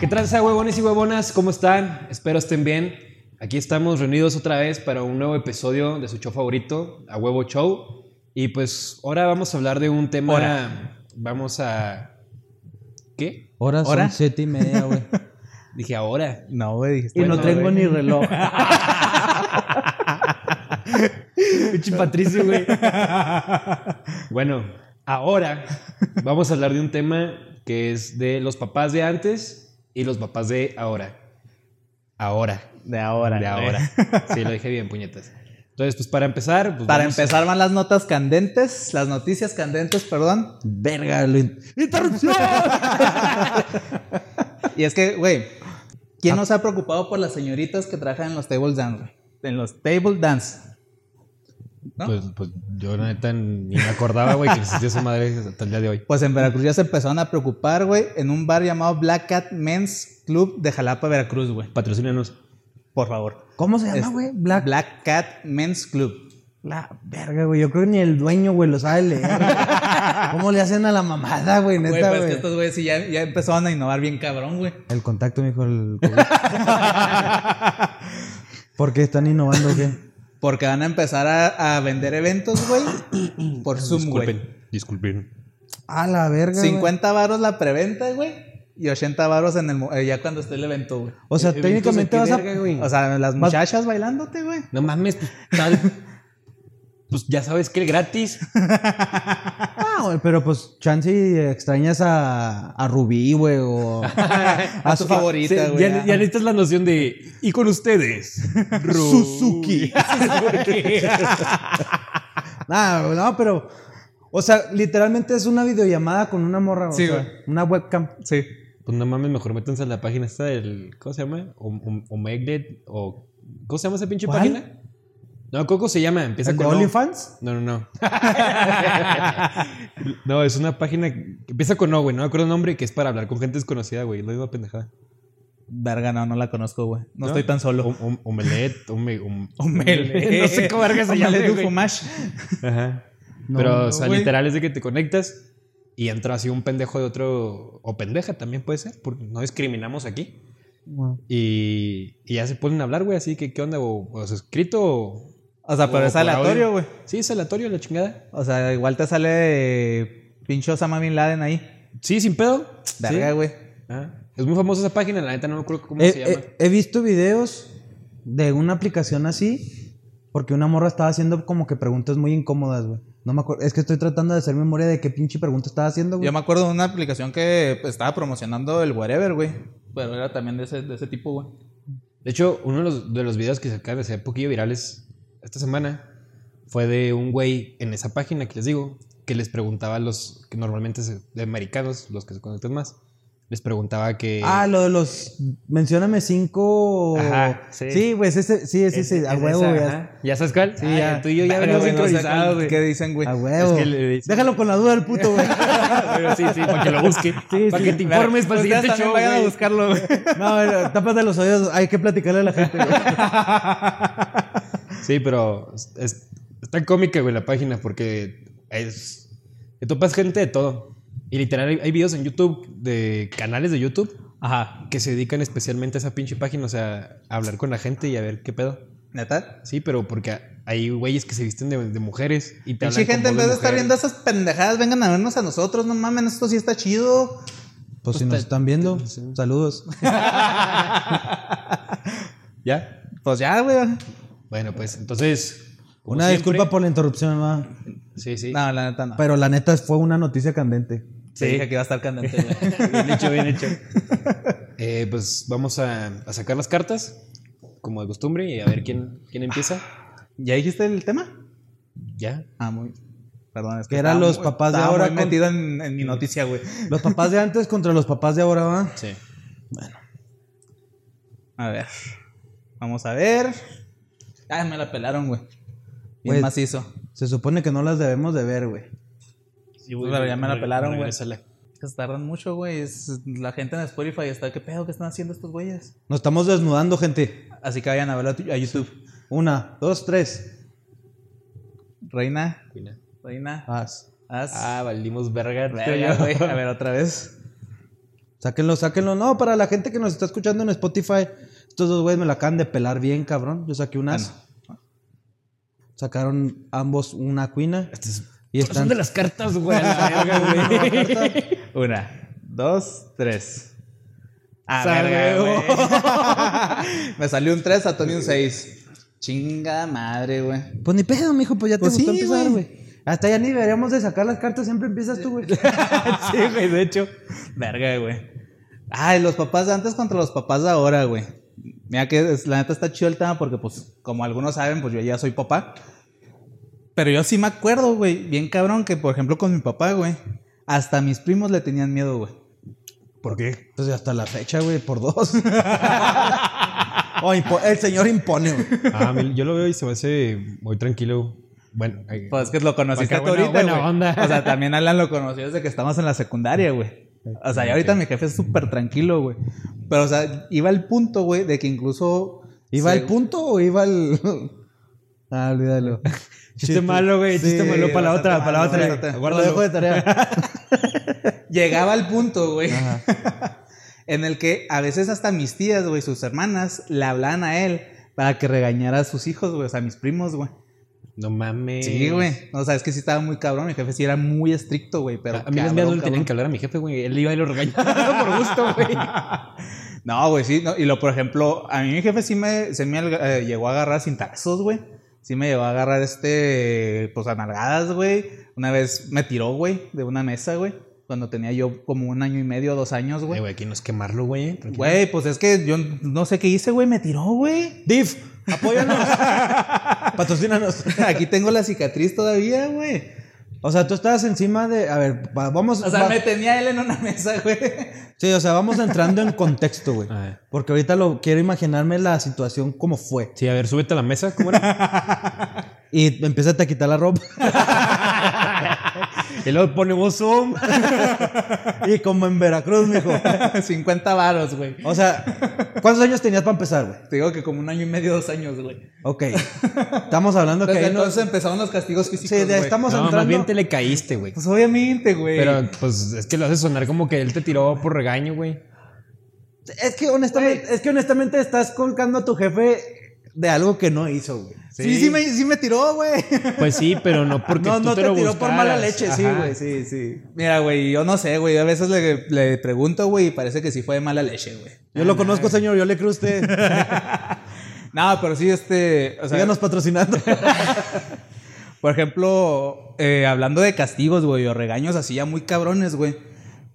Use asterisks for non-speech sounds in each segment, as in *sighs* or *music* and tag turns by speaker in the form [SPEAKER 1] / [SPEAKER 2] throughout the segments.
[SPEAKER 1] ¿Qué tranza, huevones y huevonas? ¿Cómo están? Espero estén bien. Aquí estamos reunidos otra vez para un nuevo episodio de su show favorito, A Huevo Show. Y pues ahora vamos a hablar de un tema. Vamos a. ¿Qué?
[SPEAKER 2] Horas son
[SPEAKER 3] ¿Hora?
[SPEAKER 2] siete y media, güey.
[SPEAKER 1] Dije ahora.
[SPEAKER 3] *laughs* No, güey, dijiste.
[SPEAKER 2] Y no
[SPEAKER 3] güey.
[SPEAKER 2] tengo ni reloj.
[SPEAKER 1] *laughs* Pinche Patricio, güey. bueno, ahora vamos a hablar de un tema que es de los papás de antes y los papás de ahora. Ahora.
[SPEAKER 3] De ahora.
[SPEAKER 1] De
[SPEAKER 3] güey.
[SPEAKER 1] ahora. Sí, lo dije bien, puñetas. Entonces, pues para empezar. pues,
[SPEAKER 3] Para
[SPEAKER 1] vamos-
[SPEAKER 3] empezar van las notas candentes, las noticias candentes, perdón.
[SPEAKER 2] Verga, lo in- ¡Interrupción!
[SPEAKER 3] *laughs* Y es que, güey, ¿quién no se ha preocupado por las señoritas que trabajan en los table dance, güey? En los table dance. ¿no?
[SPEAKER 1] Pues, pues, yo la neta ni me acordaba, güey, que existía esa madre hasta el día de hoy.
[SPEAKER 3] Pues en Veracruz ya se empezaron a preocupar, güey, en un bar llamado Black Cat Men's Club de Jalapa, Veracruz, güey.
[SPEAKER 1] Patrocínanos.
[SPEAKER 3] Por favor.
[SPEAKER 2] ¿Cómo se llama,
[SPEAKER 3] Es-
[SPEAKER 2] güey? Black.
[SPEAKER 3] Black Cat Men's Club.
[SPEAKER 2] La verga, güey. Yo creo que ni el dueño, güey, lo sabe leer. güey. ¿Cómo le hacen a la mamada, güey?
[SPEAKER 3] Güey, pues,
[SPEAKER 2] Neta,
[SPEAKER 3] pero es
[SPEAKER 2] güey.
[SPEAKER 3] que estos güeyes sí ya, ya empezaron a innovar bien cabrón, güey.
[SPEAKER 2] El contacto, mijo, el COVID. ¿Por qué están innovando, o qué?
[SPEAKER 3] Porque van a empezar a, a vender eventos,
[SPEAKER 1] *clears throat*
[SPEAKER 3] güey, por Zoom, güey.
[SPEAKER 1] Disculpen, disculpen.
[SPEAKER 2] A la verga, güey.
[SPEAKER 3] 50 varos la preventa, güey, y 80 varos en el, mo- eh, ya cuando esté el evento, güey.
[SPEAKER 2] O sea,
[SPEAKER 1] Eventos
[SPEAKER 2] técnicamente
[SPEAKER 1] de
[SPEAKER 2] vas
[SPEAKER 1] qué
[SPEAKER 2] a...
[SPEAKER 1] verga, güey.
[SPEAKER 3] O sea, las
[SPEAKER 2] Más-
[SPEAKER 3] muchachas bailándote, güey.
[SPEAKER 1] No mames, pues, tal- pues ya sabes que el gratis.
[SPEAKER 2] Ah, güey, pero pues chance y extrañas a, a Rubí, güey, o...
[SPEAKER 3] A, tu favorita,
[SPEAKER 1] Sí,
[SPEAKER 3] güey.
[SPEAKER 1] ya, ya necesitas la noción de. Y con ustedes,
[SPEAKER 2] *laughs*
[SPEAKER 1] Suzuki.
[SPEAKER 2] Ah, no, pero... O sea, literalmente es una videollamada con una morra, o
[SPEAKER 3] Sí,
[SPEAKER 2] sea,
[SPEAKER 3] güey.
[SPEAKER 2] Una webcam.
[SPEAKER 3] Sí.
[SPEAKER 1] *laughs* Pues no mames, mejor métanse a la página esta del. ¿Cómo se llama? O, o, o Megnet, o. ¿Cómo se llama esa pinche
[SPEAKER 2] ¿Cuál?
[SPEAKER 1] página? No, Coco se llama, empieza
[SPEAKER 2] ¿El de
[SPEAKER 1] con. O.
[SPEAKER 2] OnlyFans?
[SPEAKER 1] No, no, no. *laughs* no, es una página que empieza con O, güey. No me acuerdo el nombre, que es para hablar con gente desconocida, güey. Lo misma pendejada.
[SPEAKER 3] Verga, no, no la conozco, güey.
[SPEAKER 1] ¿No?
[SPEAKER 3] No, estoy tan solo.
[SPEAKER 1] O- o- Omelette, ome- om-
[SPEAKER 3] *laughs*
[SPEAKER 1] *laughs*
[SPEAKER 3] Omele.
[SPEAKER 1] No sé cómo verga se llama,
[SPEAKER 3] Omelette du
[SPEAKER 1] güey.
[SPEAKER 3] fromage.
[SPEAKER 1] Ajá.
[SPEAKER 2] No,
[SPEAKER 1] Pero,
[SPEAKER 3] no,
[SPEAKER 1] o sea,
[SPEAKER 3] güey.
[SPEAKER 1] literal es de que te conectas y entra así un pendejo de otro. O pendeja también puede ser, porque no discriminamos aquí.
[SPEAKER 3] Ah.
[SPEAKER 1] Y, y ya se ponen a hablar, güey. Así que, ¿qué onda? O, o es escrito o.
[SPEAKER 3] O sea, pero
[SPEAKER 1] o
[SPEAKER 3] es
[SPEAKER 1] por
[SPEAKER 3] aleatorio,
[SPEAKER 1] audio.
[SPEAKER 3] güey.
[SPEAKER 1] Sí, es aleatorio la chingada.
[SPEAKER 3] O sea, igual te sale eh, pinche Osama Bin Laden ahí.
[SPEAKER 1] Sí, sin pedo.
[SPEAKER 3] Verga,
[SPEAKER 1] Sí.
[SPEAKER 3] güey. Eh,
[SPEAKER 1] Ajá. Es muy famosa esa página, la neta no me acuerdo cómo
[SPEAKER 2] He,
[SPEAKER 1] se llama.
[SPEAKER 2] he- he visto videos de una aplicación así, porque una morra estaba haciendo como que preguntas muy incómodas, güey. No me acuerdo, es que estoy tratando de hacer memoria de qué pinche pregunta estaba haciendo, güey.
[SPEAKER 3] Yo me acuerdo de una aplicación que pues, estaba promocionando el Wherever, güey. Pero era también de ese, de ese tipo, güey.
[SPEAKER 1] De hecho, uno de los, de los videos que se acaban de hacer poquillo virales esta semana fue de un güey en esa página que les digo, que les preguntaba a los que normalmente se- de americanos, los que se conectan más, les preguntaba que...
[SPEAKER 2] Ah, lo de los. Mencióname cinco.
[SPEAKER 1] Ajá, sí.
[SPEAKER 2] sí, güey, es ese- sí, es
[SPEAKER 1] Es-
[SPEAKER 2] ese, a
[SPEAKER 1] es
[SPEAKER 2] huevo,
[SPEAKER 1] esa,
[SPEAKER 2] güey.
[SPEAKER 1] ajá. ¿Ya sabes cuál? Sí,
[SPEAKER 2] ya.
[SPEAKER 1] Tú y yo ya
[SPEAKER 3] Verga,
[SPEAKER 1] venimos
[SPEAKER 3] güey, Ah, no sé
[SPEAKER 1] sincronizados,
[SPEAKER 3] cuál-
[SPEAKER 1] güey.
[SPEAKER 3] ¿Qué dicen, güey?
[SPEAKER 2] A huevo.
[SPEAKER 1] que le dicen-
[SPEAKER 2] Déjalo con la duda el puto, güey.
[SPEAKER 1] Pero *laughs* sí, sí, para que lo busque.
[SPEAKER 2] Sí,
[SPEAKER 1] para
[SPEAKER 2] sí.
[SPEAKER 1] que te informes para el
[SPEAKER 3] Ustedes
[SPEAKER 1] siguiente
[SPEAKER 3] también
[SPEAKER 1] show,
[SPEAKER 3] vayan a
[SPEAKER 1] güey.
[SPEAKER 3] buscarlo, güey.
[SPEAKER 2] No, pero tápate los oídos, hay que platicarle a la gente, güey.
[SPEAKER 1] Sí, pero es- es- está cómica, güey, la página porque es... Te topas gente de todo. Y literal, hay, hay videos en YouTube, de canales de YouTube,
[SPEAKER 3] Ajá.
[SPEAKER 1] que se dedican especialmente a esa pinche página, o sea, a hablar con la gente y a ver qué pedo.
[SPEAKER 3] ¿Neta?
[SPEAKER 1] Sí, pero porque hay güeyes que se visten de, de mujeres y te
[SPEAKER 3] Pinche
[SPEAKER 1] hablan con
[SPEAKER 3] gente, en
[SPEAKER 1] voz
[SPEAKER 3] vez de estar
[SPEAKER 1] mujer.
[SPEAKER 3] viendo esas pendejadas, vengan a vernos a nosotros. No mames, esto sí está chido.
[SPEAKER 2] Pues si nos están viendo, saludos.
[SPEAKER 1] ¿Ya?
[SPEAKER 3] Pues ya, güey.
[SPEAKER 1] Bueno, pues entonces... como
[SPEAKER 2] Una
[SPEAKER 1] siempre-
[SPEAKER 2] disculpa por la interrupción, mamá.
[SPEAKER 1] Sí, sí.
[SPEAKER 3] No, la neta no.
[SPEAKER 2] Pero la neta fue una noticia candente.
[SPEAKER 3] sí. dije que iba a estar candente,
[SPEAKER 2] *laughs*
[SPEAKER 3] güey.
[SPEAKER 1] Bien hecho, bien hecho. *laughs* Eh, pues vamos a, a sacar las cartas, como de costumbre, y a ver quién, quién empieza.
[SPEAKER 3] ¿Ya dijiste el tema?
[SPEAKER 1] ¿Ya?
[SPEAKER 3] Ah, muy. Perdón, es
[SPEAKER 2] Que eran
[SPEAKER 3] estaba
[SPEAKER 2] los
[SPEAKER 3] muy-
[SPEAKER 2] papás de
[SPEAKER 3] estaba
[SPEAKER 2] ahora
[SPEAKER 3] muy
[SPEAKER 2] con-
[SPEAKER 3] metido en, en mi noticia, güey.
[SPEAKER 2] Los papás de antes contra los papás de ahora, ¿va?
[SPEAKER 1] Sí.
[SPEAKER 3] A ver. Vamos a ver. Ay, me la pelaron, güey. Bien
[SPEAKER 2] Güey.
[SPEAKER 3] macizo.
[SPEAKER 2] Se supone que no las debemos de ver, güey.
[SPEAKER 3] güey, Pero ya me la pelaron, güey.
[SPEAKER 1] Regrésala.
[SPEAKER 3] Que se tardan mucho, güey. Es- La gente en Spotify está, ¿qué pedo que están haciendo estos güeyes?
[SPEAKER 2] Nos estamos desnudando, gente.
[SPEAKER 3] Así que vayan a verlo a tu- a YouTube.
[SPEAKER 2] Una, dos, tres.
[SPEAKER 3] Reina,
[SPEAKER 1] Cuida.
[SPEAKER 3] reina,
[SPEAKER 2] Haz.
[SPEAKER 3] haz.
[SPEAKER 1] Ah, valimos verga. tú y
[SPEAKER 3] Verga,
[SPEAKER 1] Ah, yo.
[SPEAKER 3] güey. A ver, otra vez.
[SPEAKER 2] Sáquenlo, sáquenlo. No, para la gente que nos está escuchando en Spotify, estos dos güeyes me la acaban de pelar bien, cabrón. Yo saqué un
[SPEAKER 1] Ah,
[SPEAKER 2] as. Sacaron ambos una cuina. Y
[SPEAKER 1] *laughs* Este Son
[SPEAKER 2] están.
[SPEAKER 1] de las cartas, güey. a la *laughs* verga, güey.
[SPEAKER 3] Una, dos, tres. Ah,
[SPEAKER 1] Sabe,
[SPEAKER 3] verga,
[SPEAKER 1] güey.
[SPEAKER 3] güey. Me salió un 3, a Tony un 6. Chinga madre, güey.
[SPEAKER 2] Pues ni pedo, mijo, pues ya te
[SPEAKER 3] Pues
[SPEAKER 2] gustó
[SPEAKER 3] sí,
[SPEAKER 2] empezar,
[SPEAKER 3] güey.
[SPEAKER 2] güey. Hasta ya ni deberíamos de sacar las cartas, siempre empiezas tú,
[SPEAKER 1] *laughs*
[SPEAKER 2] güey.
[SPEAKER 3] *laughs* sí, güey, de hecho. Verga, güey. Ay, los papás de antes contra los papás de ahora, güey. Mira que es- la neta está chido el tema porque, pues, como algunos saben, pues yo ya soy papá. Pero yo sí me acuerdo, güey, bien cabrón, que por ejemplo con mi papá, güey, hasta mis primos le tenían miedo,
[SPEAKER 2] *laughs*
[SPEAKER 3] güey.
[SPEAKER 2] ¿Por qué? Pues hasta la fecha, güey,
[SPEAKER 1] *laughs*
[SPEAKER 2] por dos. Oh, impo- el señor impone, güey.
[SPEAKER 1] Ah, me- yo lo veo y se me hace muy tranquilo. Bueno, ahí-
[SPEAKER 3] Pues que lo conociste
[SPEAKER 1] Porque
[SPEAKER 3] tú
[SPEAKER 1] buena-
[SPEAKER 3] ahorita,
[SPEAKER 1] buena
[SPEAKER 3] güey.
[SPEAKER 1] onda.
[SPEAKER 3] O sea, también Alan lo conoció desde que estábamos en la secundaria, güey. O sea, y ahorita mi jefe es súper tranquilo, güey. Pero, o sea, iba al punto, güey, de que incluso...
[SPEAKER 2] ¿Iba
[SPEAKER 3] se-
[SPEAKER 2] al punto o iba al.? *laughs* Ah, olvídalo.
[SPEAKER 1] *laughs* Chiste malo, güey, chiste malo para la
[SPEAKER 3] bastante
[SPEAKER 1] otra, para la
[SPEAKER 3] malo,
[SPEAKER 1] otra.
[SPEAKER 3] güey.
[SPEAKER 2] Lo dejo
[SPEAKER 1] *laughs*
[SPEAKER 2] de tarea.
[SPEAKER 3] Llegaba al punto, güey. *laughs* en el que a veces hasta mis tías, güey, sus hermanas, le hablaban a él para que regañara a sus hijos, güey. O sea, a mis primos, güey.
[SPEAKER 1] No mames.
[SPEAKER 3] Sí, güey. O sea, es que sí estaba muy cabrón. Mi jefe sí era muy estricto, güey. Pero
[SPEAKER 1] A a mí las mías no
[SPEAKER 3] cabrón,
[SPEAKER 1] le tenían
[SPEAKER 3] cabrón.
[SPEAKER 1] que hablar a mi jefe, güey. Él iba y lo regañaba *laughs* por gusto, güey.
[SPEAKER 3] No, güey, sí. no, Y lo, por ejemplo, a mí mi jefe sí me, se me alga- eh, llegó a agarrar cintazos, güey. Sí me llegó a agarrar este, pues, a nalgadas, güey. Una vez me tiró, güey, de una mesa, güey. Cuando tenía yo como un año y medio, dos años,
[SPEAKER 1] Ay,
[SPEAKER 3] güey.
[SPEAKER 1] güey, aquí no es quemarlo, güey. eh, tranquilo.
[SPEAKER 3] Güey, pues es que yo no sé qué hice, güey. Me tiró, *laughs* güey.
[SPEAKER 2] Div, apóyanos.
[SPEAKER 1] *laughs*
[SPEAKER 2] Patrocínanos.
[SPEAKER 3] Aquí tengo la cicatriz todavía, güey.
[SPEAKER 2] O sea, tú estabas encima de. A ver, va- vamos.
[SPEAKER 3] O sea,
[SPEAKER 2] va-
[SPEAKER 3] me tenía él en una mesa, güey. *laughs*
[SPEAKER 2] Sí, o sea, vamos entrando en contexto, güey.
[SPEAKER 1] Ah.
[SPEAKER 2] Porque ahorita lo quiero imaginarme la situación como fue.
[SPEAKER 1] Sí, a ver, súbete a la mesa, ¿cómo era?
[SPEAKER 2] Y empiezas a quitar la ropa.
[SPEAKER 1] *laughs*
[SPEAKER 2] *laughs*
[SPEAKER 1] y luego oh, ponemos Zoom.
[SPEAKER 2] y como en Veracruz, mijo.
[SPEAKER 3] 50 varos, güey.
[SPEAKER 2] O sea, ¿cuántos años tenías para empezar, güey?
[SPEAKER 3] Te digo que como un año y medio, dos años, güey.
[SPEAKER 2] Ok. Estamos hablando que
[SPEAKER 3] Desde
[SPEAKER 2] ahí no-
[SPEAKER 3] entonces empezaron los castigos físicos,
[SPEAKER 2] Sí, de-
[SPEAKER 3] güey.
[SPEAKER 2] estamos
[SPEAKER 1] No,
[SPEAKER 2] entrando.
[SPEAKER 1] más bien te le caíste, güey.
[SPEAKER 3] Pues obviamente, güey.
[SPEAKER 1] Pero pues es que lo hace sonar como que él te tiró por regaño, güey.
[SPEAKER 2] Es que honestamente, es que honestamente estás colgando a tu jefe de algo que no hizo, güey.
[SPEAKER 3] Sí, sí, me, sí me tiró, güey.
[SPEAKER 1] Pues sí, pero no porque
[SPEAKER 2] no,
[SPEAKER 1] tú
[SPEAKER 2] no
[SPEAKER 1] te,
[SPEAKER 2] te,
[SPEAKER 1] lo
[SPEAKER 2] tiró por mala
[SPEAKER 1] buscaras.
[SPEAKER 2] leche, *laughs* sí,
[SPEAKER 1] Ajá.
[SPEAKER 2] güey, sí, sí.
[SPEAKER 3] Mira, güey, yo no sé, güey. Yo A veces le, le pregunto, güey, y parece que sí fue de mala leche, güey.
[SPEAKER 2] Yo lo conozco, señor, yo le creo a *laughs* usted.
[SPEAKER 3] No, pero sí, este. O sea,
[SPEAKER 2] Síganos patrocinando.
[SPEAKER 3] Por ejemplo, eh, hablando de castigos, güey, o regaños así ya muy cabrones, güey.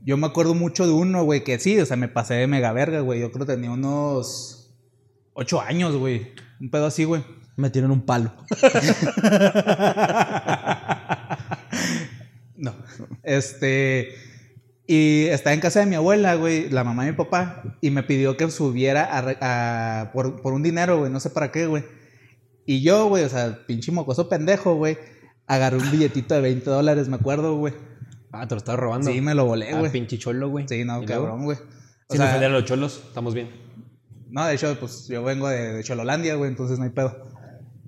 [SPEAKER 3] Yo me acuerdo mucho de uno, güey, que sí, o sea, me pasé de mega verga, güey. Yo creo que tenía unos ocho años, güey. Un pedo así, güey.
[SPEAKER 2] *laughs* Me tienen un palo.
[SPEAKER 3] No. Este. Y estaba en casa de mi abuela, güey, la mamá de mi papá, y me pidió que subiera a re- a- por, por un dinero, güey, no sé para qué, güey. Y yo, güey, o sea, pinche mocoso pendejo, güey, agarré un billetito de 20 dólares, me acuerdo, güey.
[SPEAKER 1] Ah, te lo estaba robando.
[SPEAKER 3] Sí, me lo volé,
[SPEAKER 1] Ah,
[SPEAKER 3] güey.
[SPEAKER 1] pinche cholo, güey.
[SPEAKER 3] Sí, no,
[SPEAKER 1] Y luego,
[SPEAKER 3] cabrón, güey. O
[SPEAKER 1] Sin
[SPEAKER 3] sea,
[SPEAKER 1] ofender a los cholos, estamos bien.
[SPEAKER 3] no, de hecho, pues yo vengo de, de Chololandia, güey, entonces no hay pedo.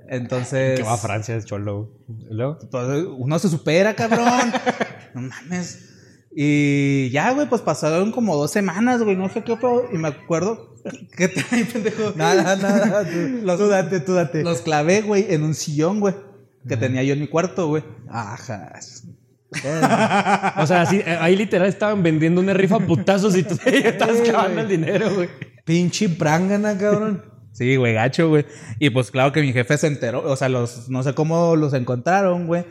[SPEAKER 3] Entonces.
[SPEAKER 1] Que va a Francia, es cholo. güey. ¿Y luego?
[SPEAKER 3] Entonces, uno se supera, cabrón. no mames. Y ya, güey, pues pasaron como dos semanas, güey, no sé qué pedo. Y me acuerdo *laughs* que trae, pendejo.
[SPEAKER 2] Nada, nada. Tú, *laughs*
[SPEAKER 3] Los-
[SPEAKER 2] tú date, tú date.
[SPEAKER 3] Los clavé, güey, en un sillón, güey, que tenía yo en mi cuarto, güey.
[SPEAKER 2] Ajá.
[SPEAKER 1] *laughs* O sea, así, eh, ahí literal estaban vendiendo una rifa a putazos y tú *laughs* te estabas
[SPEAKER 2] Sí,
[SPEAKER 1] clavando
[SPEAKER 2] güey.
[SPEAKER 1] el dinero, güey.
[SPEAKER 2] Pinche prangana, *laughs* cabrón.
[SPEAKER 3] Sí, güey, gacho, güey. Y pues claro que mi jefe se enteró, o sea, los, no sé cómo los encontraron, güey.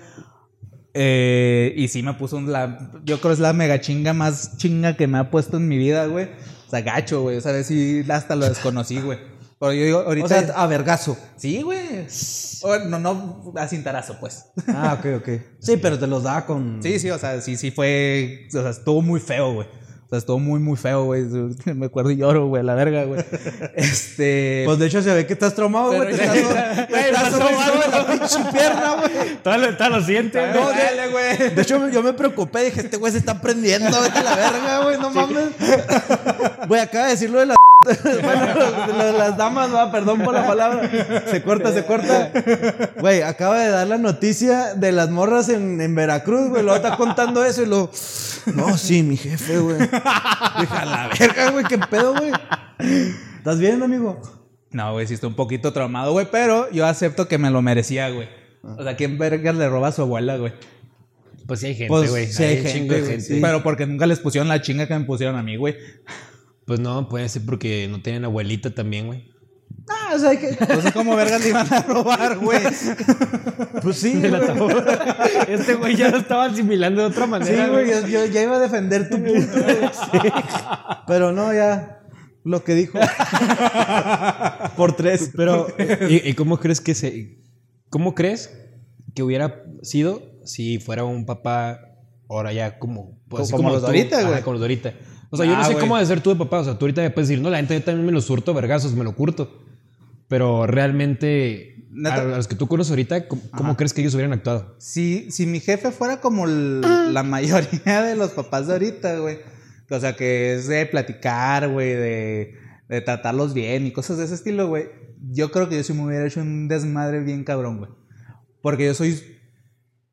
[SPEAKER 3] Eh, y sí me puso un- la, yo creo es la mega chinga más chinga que me ha puesto en mi vida, güey. O sea, gacho, güey. O sea, de sí, hasta lo desconocí, güey. Pero yo digo, ahorita...
[SPEAKER 2] O sea, a vergazo.
[SPEAKER 3] sí, güey. O- No, no, a cintarazo, pues.
[SPEAKER 2] Ah, ok, ok. Sí, pero te los da con.
[SPEAKER 3] Sí, sí, o sea, sí, sí fue. O sea, estuvo muy feo, güey. O sea, estuvo muy, muy feo, güey. *laughs* Me acuerdo y lloro, güey, la verga, güey. *laughs* Este.
[SPEAKER 2] Pues de hecho se ve que estás traumado, *laughs* güey. Te
[SPEAKER 3] Pero-
[SPEAKER 2] estás- te
[SPEAKER 3] Güey,
[SPEAKER 2] estás
[SPEAKER 3] pasó
[SPEAKER 2] sobando
[SPEAKER 3] algo.
[SPEAKER 2] la pinche pierna, güey.
[SPEAKER 1] Todo lo, todo lo siente,
[SPEAKER 3] No,
[SPEAKER 2] Pues,
[SPEAKER 1] güey.
[SPEAKER 3] dale, güey.
[SPEAKER 2] De hecho, yo me preocupé. Dije, este güey se está prendiendo. Vete a la verga, güey. No mames. Güey, acaba de decirlo de las... *laughs* bueno, lo de las damas, va. Perdón por la palabra. Se corta, se corta. Güey, acaba de dar la noticia de las morras en, en Veracruz, güey. Lo está contando eso y lo... No, sí, mi jefe, güey. Dije, a la verga, güey, qué pedo, güey. ¿Estás bien, amigo?
[SPEAKER 3] No, güey, sí estoy un poquito traumado, güey, pero yo acepto que me lo merecía, güey.
[SPEAKER 2] Ah.
[SPEAKER 3] O sea, ¿quién vergas le roba a su abuela, güey?
[SPEAKER 1] Pues sí hay gente,
[SPEAKER 3] Pues
[SPEAKER 1] güey.
[SPEAKER 3] sí
[SPEAKER 1] hay
[SPEAKER 3] hay
[SPEAKER 1] un chingo
[SPEAKER 3] gente,
[SPEAKER 1] de
[SPEAKER 3] güey,
[SPEAKER 1] gente.
[SPEAKER 3] sí. Pero porque nunca les pusieron la chinga que me pusieron a mí, güey.
[SPEAKER 1] Pues no, puede ser porque no tienen abuelita también, güey.
[SPEAKER 3] Ah, o sea, que... Entonces, ¿cómo vergas le iban a robar, *laughs* güey?
[SPEAKER 2] Ah, Pues sí, güey.
[SPEAKER 1] *laughs* Este güey ya lo estaba asimilando de otra
[SPEAKER 2] Sí,
[SPEAKER 1] manera.
[SPEAKER 2] güey, yo, yo ya iba a defender tu punto. güey. Pero no, ya. Lo
[SPEAKER 3] *laughs*
[SPEAKER 2] que dijo. Por tres. Pero.
[SPEAKER 1] *laughs* ¿Y, y cómo crees que se. ¿Cómo crees que hubiera sido si fuera un papá ahora ya como. pues,
[SPEAKER 3] Como-
[SPEAKER 1] así
[SPEAKER 3] como los
[SPEAKER 1] tú?
[SPEAKER 3] de ahorita,
[SPEAKER 1] Ajá,
[SPEAKER 3] güey.
[SPEAKER 1] Como los de ahorita. O sea, yo no
[SPEAKER 3] Ah,
[SPEAKER 1] sé
[SPEAKER 3] güey.
[SPEAKER 1] cómo de ser tú de papá. O sea, tú ahorita me puedes decir, no, la gente yo también me lo surto, vergazos, me lo curto. Pero realmente.
[SPEAKER 3] Neta.
[SPEAKER 1] A los que tú conoces ahorita, ¿cómo, cómo
[SPEAKER 3] Ajá.
[SPEAKER 1] crees que ellos hubieran actuado?
[SPEAKER 3] Si, si mi jefe fuera como el- la mayoría de los papás de ahorita, güey. O sea, que es de platicar, güey, de, de tratarlos bien y cosas de ese estilo, güey. Yo creo que yo sí me hubiera hecho un desmadre bien cabrón, güey. Porque yo soy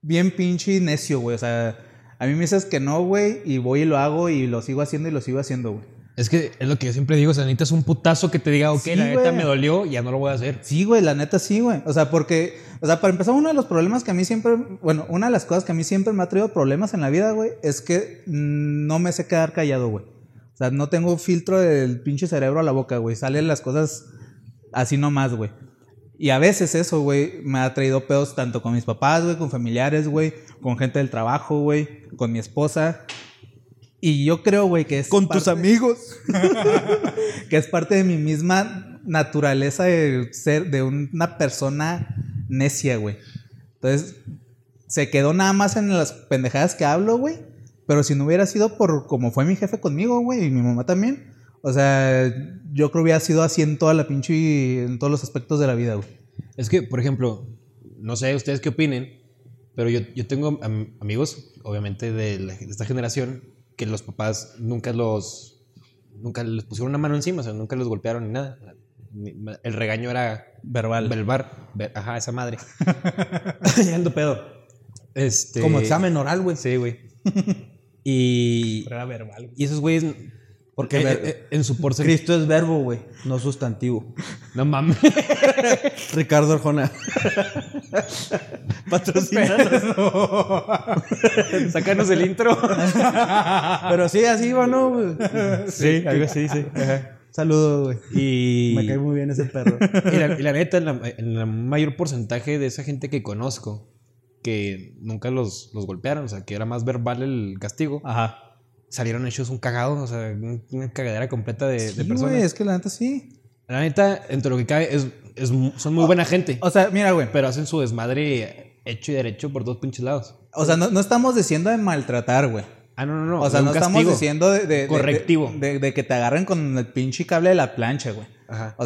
[SPEAKER 3] bien pinche y necio, güey. O sea, a mí me dices que no, güey, y voy y lo hago y lo sigo haciendo y lo sigo haciendo, güey.
[SPEAKER 1] Es que es lo que yo siempre digo, o sea, necesitas un putazo que te diga, ok,
[SPEAKER 3] Sí,
[SPEAKER 1] la neta
[SPEAKER 3] güey.
[SPEAKER 1] me dolió, ya no lo voy a hacer.
[SPEAKER 3] Sí, güey, la neta sí, güey. O sea, porque, o sea, para empezar, uno de los problemas que a mí siempre, bueno, una de las cosas que a mí siempre me ha traído problemas en la vida, güey, es que mm, no me sé quedar callado, güey. O sea, no tengo filtro del pinche cerebro a la boca, güey. Salen las cosas así nomás, güey. Y a veces eso, güey, me ha traído pedos tanto con mis papás, güey, con familiares, güey, con gente del trabajo, güey, con mi esposa. Y yo creo, güey, que es...
[SPEAKER 2] Con tus
[SPEAKER 3] parte-
[SPEAKER 2] amigos.
[SPEAKER 3] que es parte de mi misma naturaleza de ser de una persona necia, güey. Entonces, se quedó nada más en las pendejadas que hablo, güey. Pero si no hubiera sido por como fue mi jefe conmigo, güey, y mi mamá también. O sea, yo creo que hubiera sido así en toda la pinche en todos los aspectos de la vida, güey.
[SPEAKER 1] Es que, por ejemplo, no sé ustedes qué opinen, pero yo, yo tengo am- amigos, obviamente, de, la- de esta generación, que los papás nunca los. Nunca les pusieron una mano encima, o sea, nunca los golpearon ni nada. Ni- El regaño era
[SPEAKER 3] Verbal.
[SPEAKER 1] verbal. ver- Ajá, esa madre.
[SPEAKER 3] *laughs*
[SPEAKER 1] ya ando pedo. Este,
[SPEAKER 2] Como examen oral, güey.
[SPEAKER 1] Sí, güey. y,
[SPEAKER 3] Era verbal.
[SPEAKER 1] y esos güeyes.
[SPEAKER 2] Porque
[SPEAKER 1] eh,
[SPEAKER 2] ver-
[SPEAKER 1] eh, en su porcentaje.
[SPEAKER 2] Cristo es verbo, güey. No sustantivo.
[SPEAKER 1] No mames. *laughs*
[SPEAKER 2] Ricardo *laughs* Arjona. Patrocinado.
[SPEAKER 1] Sácanos el intro.
[SPEAKER 2] Pero sí, así iba, ¿no? güey?
[SPEAKER 1] sí, algo así, sí. Ajá.
[SPEAKER 2] Saludos, güey.
[SPEAKER 1] Y.
[SPEAKER 2] Me cae muy bien ese perro.
[SPEAKER 1] Y la,
[SPEAKER 3] *laughs*
[SPEAKER 1] y la neta, en la- en el mayor porcentaje de esa gente que conozco, que nunca los, los golpearon, o sea, que era más verbal el castigo,
[SPEAKER 3] Ajá.
[SPEAKER 1] salieron hechos un cagado, o sea, un- una cagadera completa de, de
[SPEAKER 3] Sí,
[SPEAKER 1] personas.
[SPEAKER 3] güey, es que la neta sí.
[SPEAKER 1] La neta, entre lo que cae, es, es mu- son muy buena gente,
[SPEAKER 3] O sea, mira, güey.
[SPEAKER 1] pero hacen su desmadre hecho y derecho por dos pinches lados.
[SPEAKER 3] O sea, no, no estamos diciendo de maltratar, güey.
[SPEAKER 1] Ah, no, no, no.
[SPEAKER 3] O sea,
[SPEAKER 1] de un
[SPEAKER 3] no
[SPEAKER 1] castigo.
[SPEAKER 3] estamos diciendo de, de- de-
[SPEAKER 1] Correctivo.
[SPEAKER 3] De, de que te agarren con el pinche cable de la plancha, güey.
[SPEAKER 1] Ajá.
[SPEAKER 3] O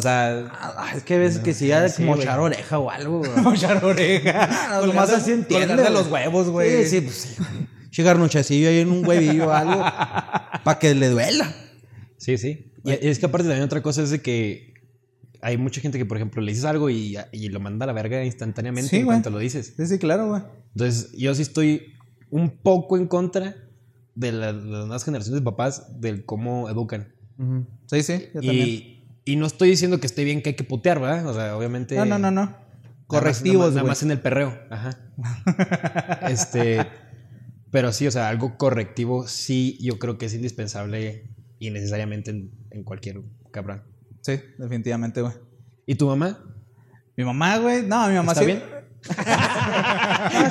[SPEAKER 1] *laughs*
[SPEAKER 3] sea,
[SPEAKER 2] Ah, es que ves que si ya es mochar oreja o algo, güey.
[SPEAKER 3] mochar *laughs* oreja.
[SPEAKER 2] Lo más así entiende.
[SPEAKER 3] colgarse
[SPEAKER 2] güey.
[SPEAKER 3] los huevos, güey.
[SPEAKER 2] Sí, sí, pues sí. Llegar nochecillo ahí en un huevillo o algo.
[SPEAKER 3] *laughs*
[SPEAKER 2] para que le duela.
[SPEAKER 1] Sí, sí. Y y es que aparte también otra cosa es de que hay mucha gente que, por ejemplo, le dices algo y, y lo manda a la verga instantáneamente
[SPEAKER 3] Sí,
[SPEAKER 1] en
[SPEAKER 3] güey.
[SPEAKER 1] cuanto lo dices.
[SPEAKER 3] Sí, sí, claro, güey.
[SPEAKER 1] Entonces, yo sí estoy un poco en contra de, la- de las nuevas generaciones de papás del cómo educan.
[SPEAKER 3] Sí, sí, yo también.
[SPEAKER 1] Y, y no estoy diciendo que esté bien que hay que putear, ¿verdad? O sea, obviamente.
[SPEAKER 3] No, no,
[SPEAKER 1] nada
[SPEAKER 3] no, no.
[SPEAKER 1] más-
[SPEAKER 3] Correctivos,
[SPEAKER 1] Nada,
[SPEAKER 3] güey.
[SPEAKER 1] más en el perreo. Ajá.
[SPEAKER 3] *laughs*
[SPEAKER 1] este. Pero sí, o sea, algo correctivo sí yo creo que es indispensable y necesariamente en, en cualquier cabrón.
[SPEAKER 3] Sí, definitivamente, güey.
[SPEAKER 1] ¿Y tu
[SPEAKER 3] *laughs*
[SPEAKER 1] mamá?
[SPEAKER 3] Mi mamá, güey. No, mi mamá
[SPEAKER 1] ¿Está
[SPEAKER 3] sí.
[SPEAKER 1] bien?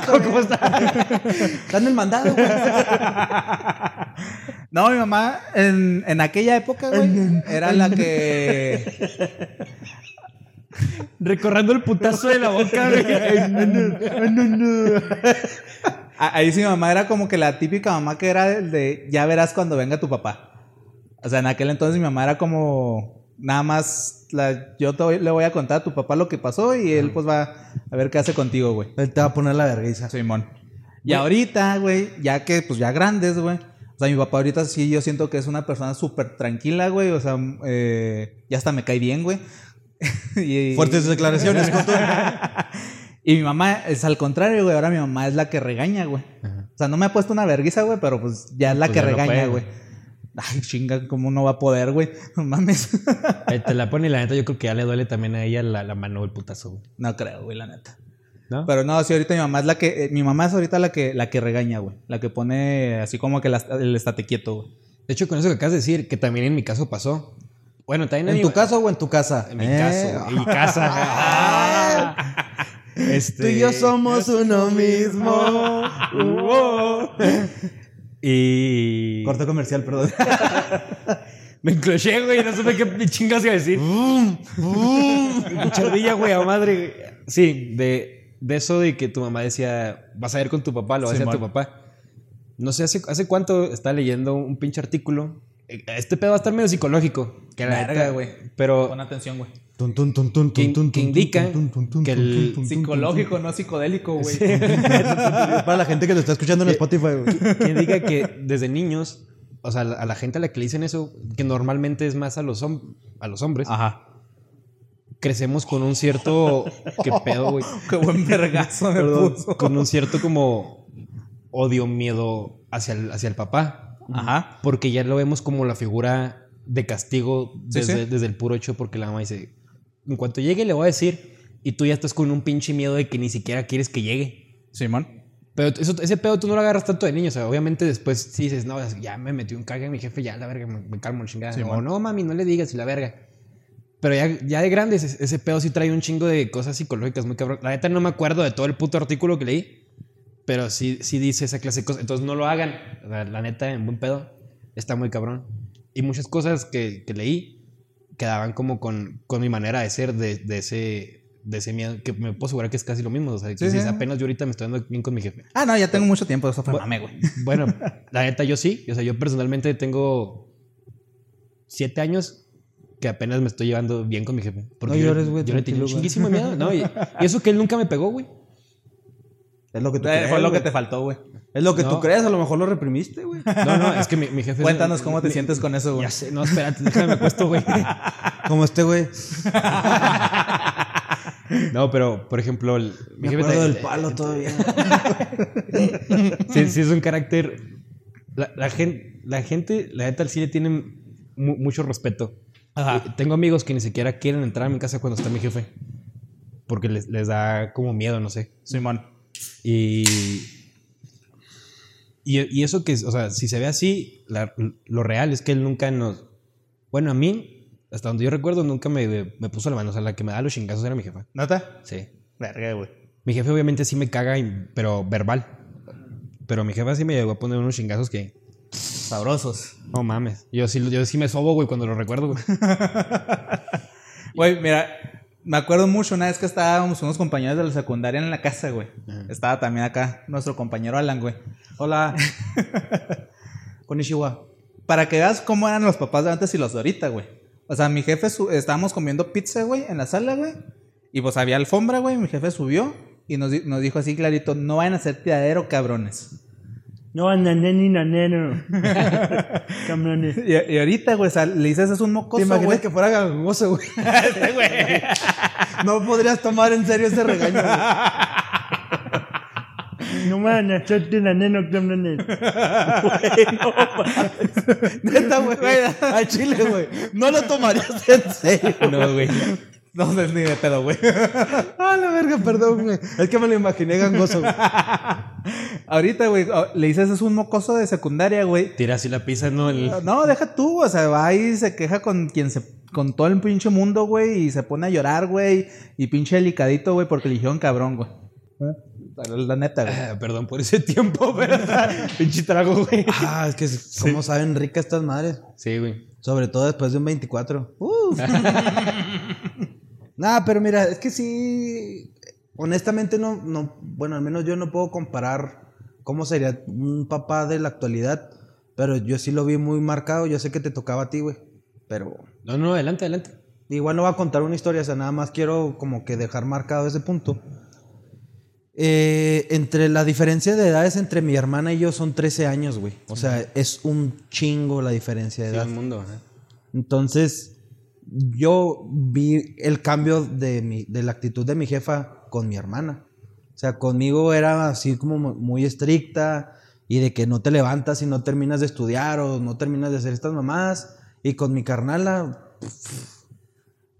[SPEAKER 2] ¿Cómo está? en el mandado, güey.
[SPEAKER 3] *laughs* No, mi mamá en, en aquella época, güey, era la que.
[SPEAKER 1] Recorriendo el putazo de la boca,
[SPEAKER 3] *laughs* a- Ahí sí, mi mamá era como que la típica mamá que era el de ya verás cuando venga tu papá. O sea, en aquel entonces mi mamá era como nada más la, yo te voy- le voy a contar a tu papá lo que pasó y él pues va a ver qué hace contigo, güey.
[SPEAKER 2] Él te va a poner la vergüenza.
[SPEAKER 3] Simón. Y ahorita, güey, ya que, pues ya grandes, güey. O sea, mi papá ahorita sí, yo siento que es una persona súper tranquila, güey. O sea, eh, ya hasta me cae bien, güey. *laughs* Y- *laughs*
[SPEAKER 2] Fuertes declaraciones.
[SPEAKER 3] y mi mamá es al contrario, güey. Ahora mi mamá es la que regaña, güey.
[SPEAKER 1] Ajá.
[SPEAKER 3] O sea, no me ha puesto una verguiza, güey, pero pues ya es la
[SPEAKER 1] Pues
[SPEAKER 3] que
[SPEAKER 1] ya no
[SPEAKER 3] regaña,
[SPEAKER 1] puede,
[SPEAKER 3] güey. Ay, chinga, ¿cómo no va a poder, güey? *laughs* No mames.
[SPEAKER 1] Eh, Te la pone y la neta, yo creo que ya le duele también a ella la, la mano, el putazo, güey.
[SPEAKER 3] No creo, güey, la neta.
[SPEAKER 1] ¿No?
[SPEAKER 3] Pero no, sí, ahorita mi mamá es la que. eh, mi mamá es ahorita la que, la que regaña, güey. La que pone así como que la- el estate quieto, güey.
[SPEAKER 1] De hecho, con eso que acabas de decir, que también en mi caso pasó. Bueno, también
[SPEAKER 2] ¿En
[SPEAKER 1] mi-
[SPEAKER 2] tu casa o en tu casa?
[SPEAKER 1] En mi
[SPEAKER 2] Eh,
[SPEAKER 1] caso, en mi casa.
[SPEAKER 3] ah.
[SPEAKER 1] Este-
[SPEAKER 2] *laughs* Tú y yo somos uno
[SPEAKER 3] *laughs*
[SPEAKER 2] mismo.
[SPEAKER 1] *laughs* Y.
[SPEAKER 2] Corto comercial, perdón.
[SPEAKER 1] Me encloché, güey, no supe qué chingas iba a decir. Chardilla, güey, a madre. güey. Sí, de, de eso de que tu mamá decía, vas a ir con tu papá, lo vas a hacer a tu
[SPEAKER 3] Simón.
[SPEAKER 1] papá. No sé, hace, hace cuánto estaba leyendo un pinche artículo. Eh, Este pedo va a estar medio psicológico. Que la
[SPEAKER 3] Verga,
[SPEAKER 1] neta,
[SPEAKER 3] güey.
[SPEAKER 1] Pero
[SPEAKER 3] Pon atención, güey.
[SPEAKER 2] *laughs* Tun, tun, tun, tun,
[SPEAKER 1] que,
[SPEAKER 2] tun, tun,
[SPEAKER 1] que
[SPEAKER 2] tun,
[SPEAKER 1] indica
[SPEAKER 2] tun, tun, tun,
[SPEAKER 1] que
[SPEAKER 2] tun,
[SPEAKER 1] el,
[SPEAKER 2] tun, tun,
[SPEAKER 3] Psicológico, no psicodélico, güey. *laughs*
[SPEAKER 2] Para la gente que lo está escuchando en Spotify, güey.
[SPEAKER 1] quien diga que desde niños, o sea, a la- a la gente a la que le dicen eso, que normalmente es más a los, hom- a los hombres,
[SPEAKER 3] Ajá.
[SPEAKER 1] crecemos con un cierto. ¿Qué pedo, güey?
[SPEAKER 3] Qué buen vergazo *laughs* me
[SPEAKER 1] Perdón,
[SPEAKER 3] puso.
[SPEAKER 1] Con un cierto como odio, miedo hacia el, hacia el papá.
[SPEAKER 3] Ajá.
[SPEAKER 1] Porque ya lo vemos como la figura de castigo
[SPEAKER 3] Sí,
[SPEAKER 1] desde,
[SPEAKER 3] sí.
[SPEAKER 1] desde el puro hecho, porque la mamá dice: En cuanto llegue, le voy a decir. Y tú ya estás con un pinche miedo de que ni siquiera quieres que llegue.
[SPEAKER 3] Simón.
[SPEAKER 1] Pero eso- ese pedo tú no lo agarras tanto de niño. O sea, obviamente después sí dices, no, ya me metí un cague a mi jefe, ya la verga, me, me calmo, chingada.
[SPEAKER 3] Sí,
[SPEAKER 1] o
[SPEAKER 3] mon.
[SPEAKER 1] no, mami, no le digas y la verga. Pero ya, ya de grande ese, ese pedo sí trae un chingo de cosas psicológicas muy cabrón. La neta no me acuerdo de todo el puto artículo que leí, pero sí, sí dice esa clase de cosas. Entonces no lo hagan. La, la neta, en buen pedo, está muy cabrón. Y muchas cosas que, que leí quedaban como con, con mi manera de ser, de, de ese, de ese miedo, que me puedo asegurar que es casi lo mismo. O sea, que
[SPEAKER 3] Sí, sí.
[SPEAKER 1] dices, apenas yo ahorita me estoy dando bien con mi jefe.
[SPEAKER 3] Ah, no, ya tengo mucho tiempo. Eso fue mame, güey.
[SPEAKER 1] Bueno, la neta yo sí. O sea, yo personalmente tengo siete años que apenas me estoy llevando bien con mi jefe. Porque
[SPEAKER 2] No
[SPEAKER 1] yo,
[SPEAKER 2] llores, güey,
[SPEAKER 1] yo le tenía
[SPEAKER 2] tranquilo,
[SPEAKER 1] un
[SPEAKER 2] güey.
[SPEAKER 1] chinguísimo miedo. No, y, y eso que él nunca me pegó, güey.
[SPEAKER 2] Es lo que tú
[SPEAKER 3] Eh,
[SPEAKER 2] crees.
[SPEAKER 3] Fue lo que
[SPEAKER 2] güey.
[SPEAKER 3] te faltó, güey.
[SPEAKER 2] Es lo que tú
[SPEAKER 1] No.
[SPEAKER 2] crees, a lo mejor lo reprimiste, güey.
[SPEAKER 1] No, no, es que mi, mi jefe...
[SPEAKER 3] Cuéntanos cómo te sientes con eso, güey.
[SPEAKER 1] Ya sé, no, espérate, déjame me acuesto,
[SPEAKER 3] *laughs*
[SPEAKER 1] güey.
[SPEAKER 2] Como este, güey.
[SPEAKER 1] No, pero, por ejemplo, el- mi
[SPEAKER 2] Me
[SPEAKER 1] jefe...
[SPEAKER 2] acuerdo
[SPEAKER 1] también-
[SPEAKER 2] del palo todavía.
[SPEAKER 1] sí, sí es un carácter. La, la gente, la gente, la neta, al cine tiene mu- mucho respeto. Y Tengo amigos que ni siquiera quieren entrar a mi casa cuando está mi jefe. Porque les, les da como miedo, no sé.
[SPEAKER 3] Simón.
[SPEAKER 1] Y, y, y eso que, o sea, si se ve así, la- lo real es que él nunca nos... Bueno, a mí, hasta donde yo recuerdo, nunca me, me puso la mano. O sea, la que me da los chingazos era mi jefa.
[SPEAKER 3] ¿Nota?
[SPEAKER 1] Sí.
[SPEAKER 3] Verga, güey.
[SPEAKER 1] Mi jefe obviamente sí me caga, y- pero verbal. Pero mi jefa sí me llegó a poner unos chingazos que...
[SPEAKER 3] Sabrosos.
[SPEAKER 1] No mames. Yo sí, yo sí me sobo, güey, cuando lo recuerdo. güey.
[SPEAKER 3] Güey, mira, me acuerdo mucho una vez que estábamos unos compañeros de la secundaria en la casa, güey. Estaba también acá nuestro compañero Alan, güey. *laughs*
[SPEAKER 2] Hola. Con Ishiwa.
[SPEAKER 3] Para que veas cómo eran los papás de antes y los de ahorita, güey. O sea, mi jefe, su- estábamos comiendo pizza, güey, en la sala, güey. Y pues había alfombra, güey. Mi jefe subió y nos, di- nos dijo así clarito, no vayan a ser tiradero, cabrones. *laughs*
[SPEAKER 4] No, naneni, naneno. Camiones.
[SPEAKER 3] Y, y ahorita, güey, o sea, le dices, es un mocoso,
[SPEAKER 2] ¿Te imaginas
[SPEAKER 3] güey. *laughs*
[SPEAKER 2] que fuera gangoso, güey? *laughs* no podrías tomar en serio ese regaño, güey.
[SPEAKER 4] No van a hacerte naneno, camiones.
[SPEAKER 3] Neta, güey. *laughs*
[SPEAKER 2] A Chile, güey. No lo tomarías en serio.
[SPEAKER 3] No, güey. No sé ni de pedo, *laughs* güey.
[SPEAKER 2] Ah, la verga, perdón, güey. Es que me lo imaginé gangoso, güey.
[SPEAKER 3] Ahorita, güey, oh, le dices, es un mocoso de secundaria, güey.
[SPEAKER 1] *laughs* Tira así la pizza, ¿no? El-
[SPEAKER 3] No, deja tú, o sea, va y se queja con quien se con todo el pinche mundo, güey, y se pone a llorar, güey, y pinche delicadito, güey, porque le dijeron cabrón, güey. ¿Eh? La neta, güey.
[SPEAKER 1] Ah, Perdón por ese tiempo, *laughs* pero... Pinche trago, güey.
[SPEAKER 2] Ah, es que cómo saben ricas estas madres.
[SPEAKER 1] Sí, güey.
[SPEAKER 2] Sobre todo después de un 24. Uf. Nada, pero mira, es que sí. Honestamente, no, no. Bueno, al menos yo no puedo comparar cómo sería un papá de la actualidad. Pero yo sí lo vi muy marcado. Yo sé que te tocaba a ti, güey. Pero
[SPEAKER 1] No, no, adelante, adelante.
[SPEAKER 2] Igual no va a contar una historia, o sea, nada más quiero como que dejar marcado ese punto. Eh, entre la diferencia de edades entre mi hermana y yo son 13 años, güey. O sea, es un chingo la diferencia de
[SPEAKER 1] Sí,
[SPEAKER 2] edad.
[SPEAKER 1] el mundo. ajá.
[SPEAKER 2] Entonces, yo vi el cambio de, mi, de la actitud de mi jefa con mi hermana. O sea, conmigo era así como mu- muy estricta, y de que no te levantas y no terminas de estudiar o no terminas de hacer estas mamadas. Y con mi carnala, pf,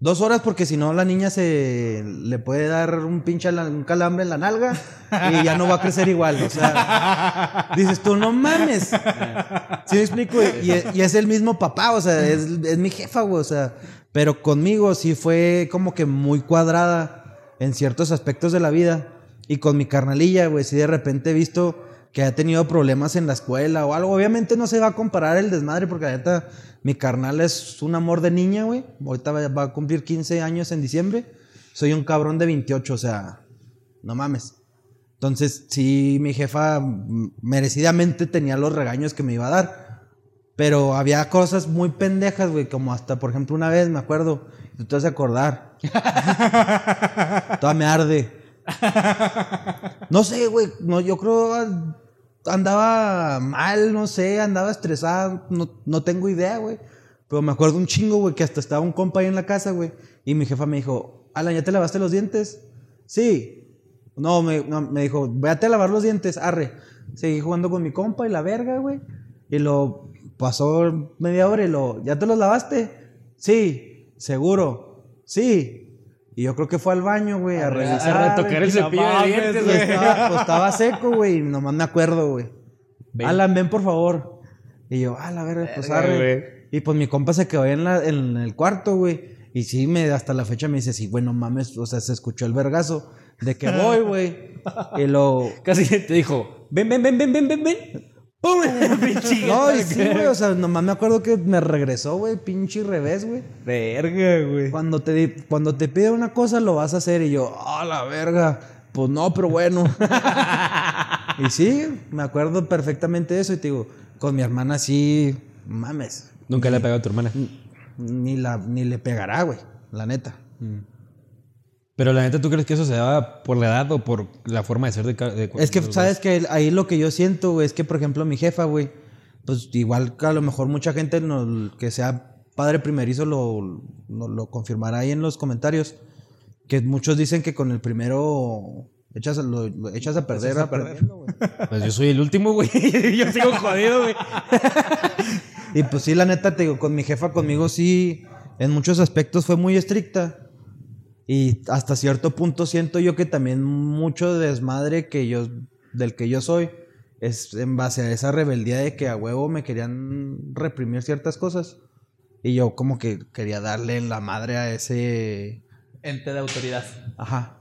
[SPEAKER 2] dos horas porque si no la niña se le puede dar un pinche ala- un calambre en la nalga y ya no va a crecer igual. O sea, dices tú, no mames. Sí, me explico. Y, y- y es el mismo papá, o sea, es, es mi jefa, güey. O sea, pero conmigo sí fue como que muy cuadrada en ciertos aspectos de la vida. Y con mi carnalilla, güey, sí de repente he visto que ha tenido problemas en la escuela o algo. Obviamente no se va a comparar el desmadre porque la neta, mi carnal es un amor de niña, güey. Ahorita va va a cumplir 15 años en diciembre. Soy un cabrón de 28, o sea, no mames. Entonces, sí, mi jefa mm, merecidamente tenía los regaños que me iba a dar. Pero había cosas muy pendejas, güey, como hasta, por ejemplo, una vez, me acuerdo, tú te vas a acordar. Toda me arde. No sé, güey, no, yo creo ah, andaba mal, no sé, andaba estresada, no, no tengo idea, güey. Pero me acuerdo un chingo, güey, que hasta estaba un compa ahí en la casa, güey. Y mi jefa me dijo, Alan, ¿ya te lavaste los dientes? Sí. No, me, no, me dijo, véate a lavar los dientes, arre. Seguí jugando con mi compa y la verga, güey. Y lo pasó media hora y lo, ¿ya te los lavaste? Sí, seguro, sí. Y yo creo que fue al baño, güey, a, revisar.
[SPEAKER 1] A retocar el
[SPEAKER 3] Ah, no
[SPEAKER 1] cepillo de
[SPEAKER 3] mames,
[SPEAKER 1] dientes,
[SPEAKER 2] Y
[SPEAKER 1] güey.
[SPEAKER 2] estaba, pues, estaba seco, güey. y Nomás me acuerdo, güey. Alan, ven por favor. Y yo, a la verga, pues arre". Y pues mi compa se quedó ahí en, la- en el cuarto, güey. Y sí, me, hasta la fecha me dice, sí, bueno, mames, o sea, se escuchó el vergazo de que voy, güey. Y lo.
[SPEAKER 1] Casi te dijo, ven, ven, ven, ven, ven, ven, ven. *laughs* ¡Pum! Pinche-
[SPEAKER 2] No, y *laughs* sí, güey, o sea, nomás me acuerdo que me regresó, güey, pinche revés, güey.
[SPEAKER 3] Verga, güey.
[SPEAKER 2] Cuando te, di- cuando te pide una cosa, lo vas a hacer. Y yo, ¡ah, la verga! Pues no, pero bueno. y sí, me acuerdo perfectamente de eso. Y te digo, con mi hermana sí, mames.
[SPEAKER 1] Nunca le ha pegado a tu hermana.
[SPEAKER 2] Ni, la, ni le pegará, güey, la neta.
[SPEAKER 1] Pero la neta, ¿tú crees que eso se daba por la edad o por la forma de ser de, ca- de
[SPEAKER 2] Es que,
[SPEAKER 1] de los
[SPEAKER 2] ¿sabes que Ahí lo que yo siento, güey, es que, por ejemplo, mi jefa, güey, pues igual que a lo mejor mucha gente no- que sea padre primerizo lo, lo, lo confirmará ahí en los comentarios. Que muchos dicen que con el primero echas, a- lo, lo echas a perder, aprendiendo, güey.
[SPEAKER 1] dos? Pues yo soy el último, güey. yo sigo jodido, güey.
[SPEAKER 2] Y pues sí, la neta, te digo, con mi jefa, conmigo sí, en muchos aspectos fue muy estricta. Y hasta cierto punto siento yo que también mucho desmadre que yo, del que yo soy es en base a esa rebeldía de que a huevo me querían reprimir ciertas cosas. Y yo como que quería darle la madre a ese...
[SPEAKER 3] Ente de autoridad.
[SPEAKER 2] Ajá.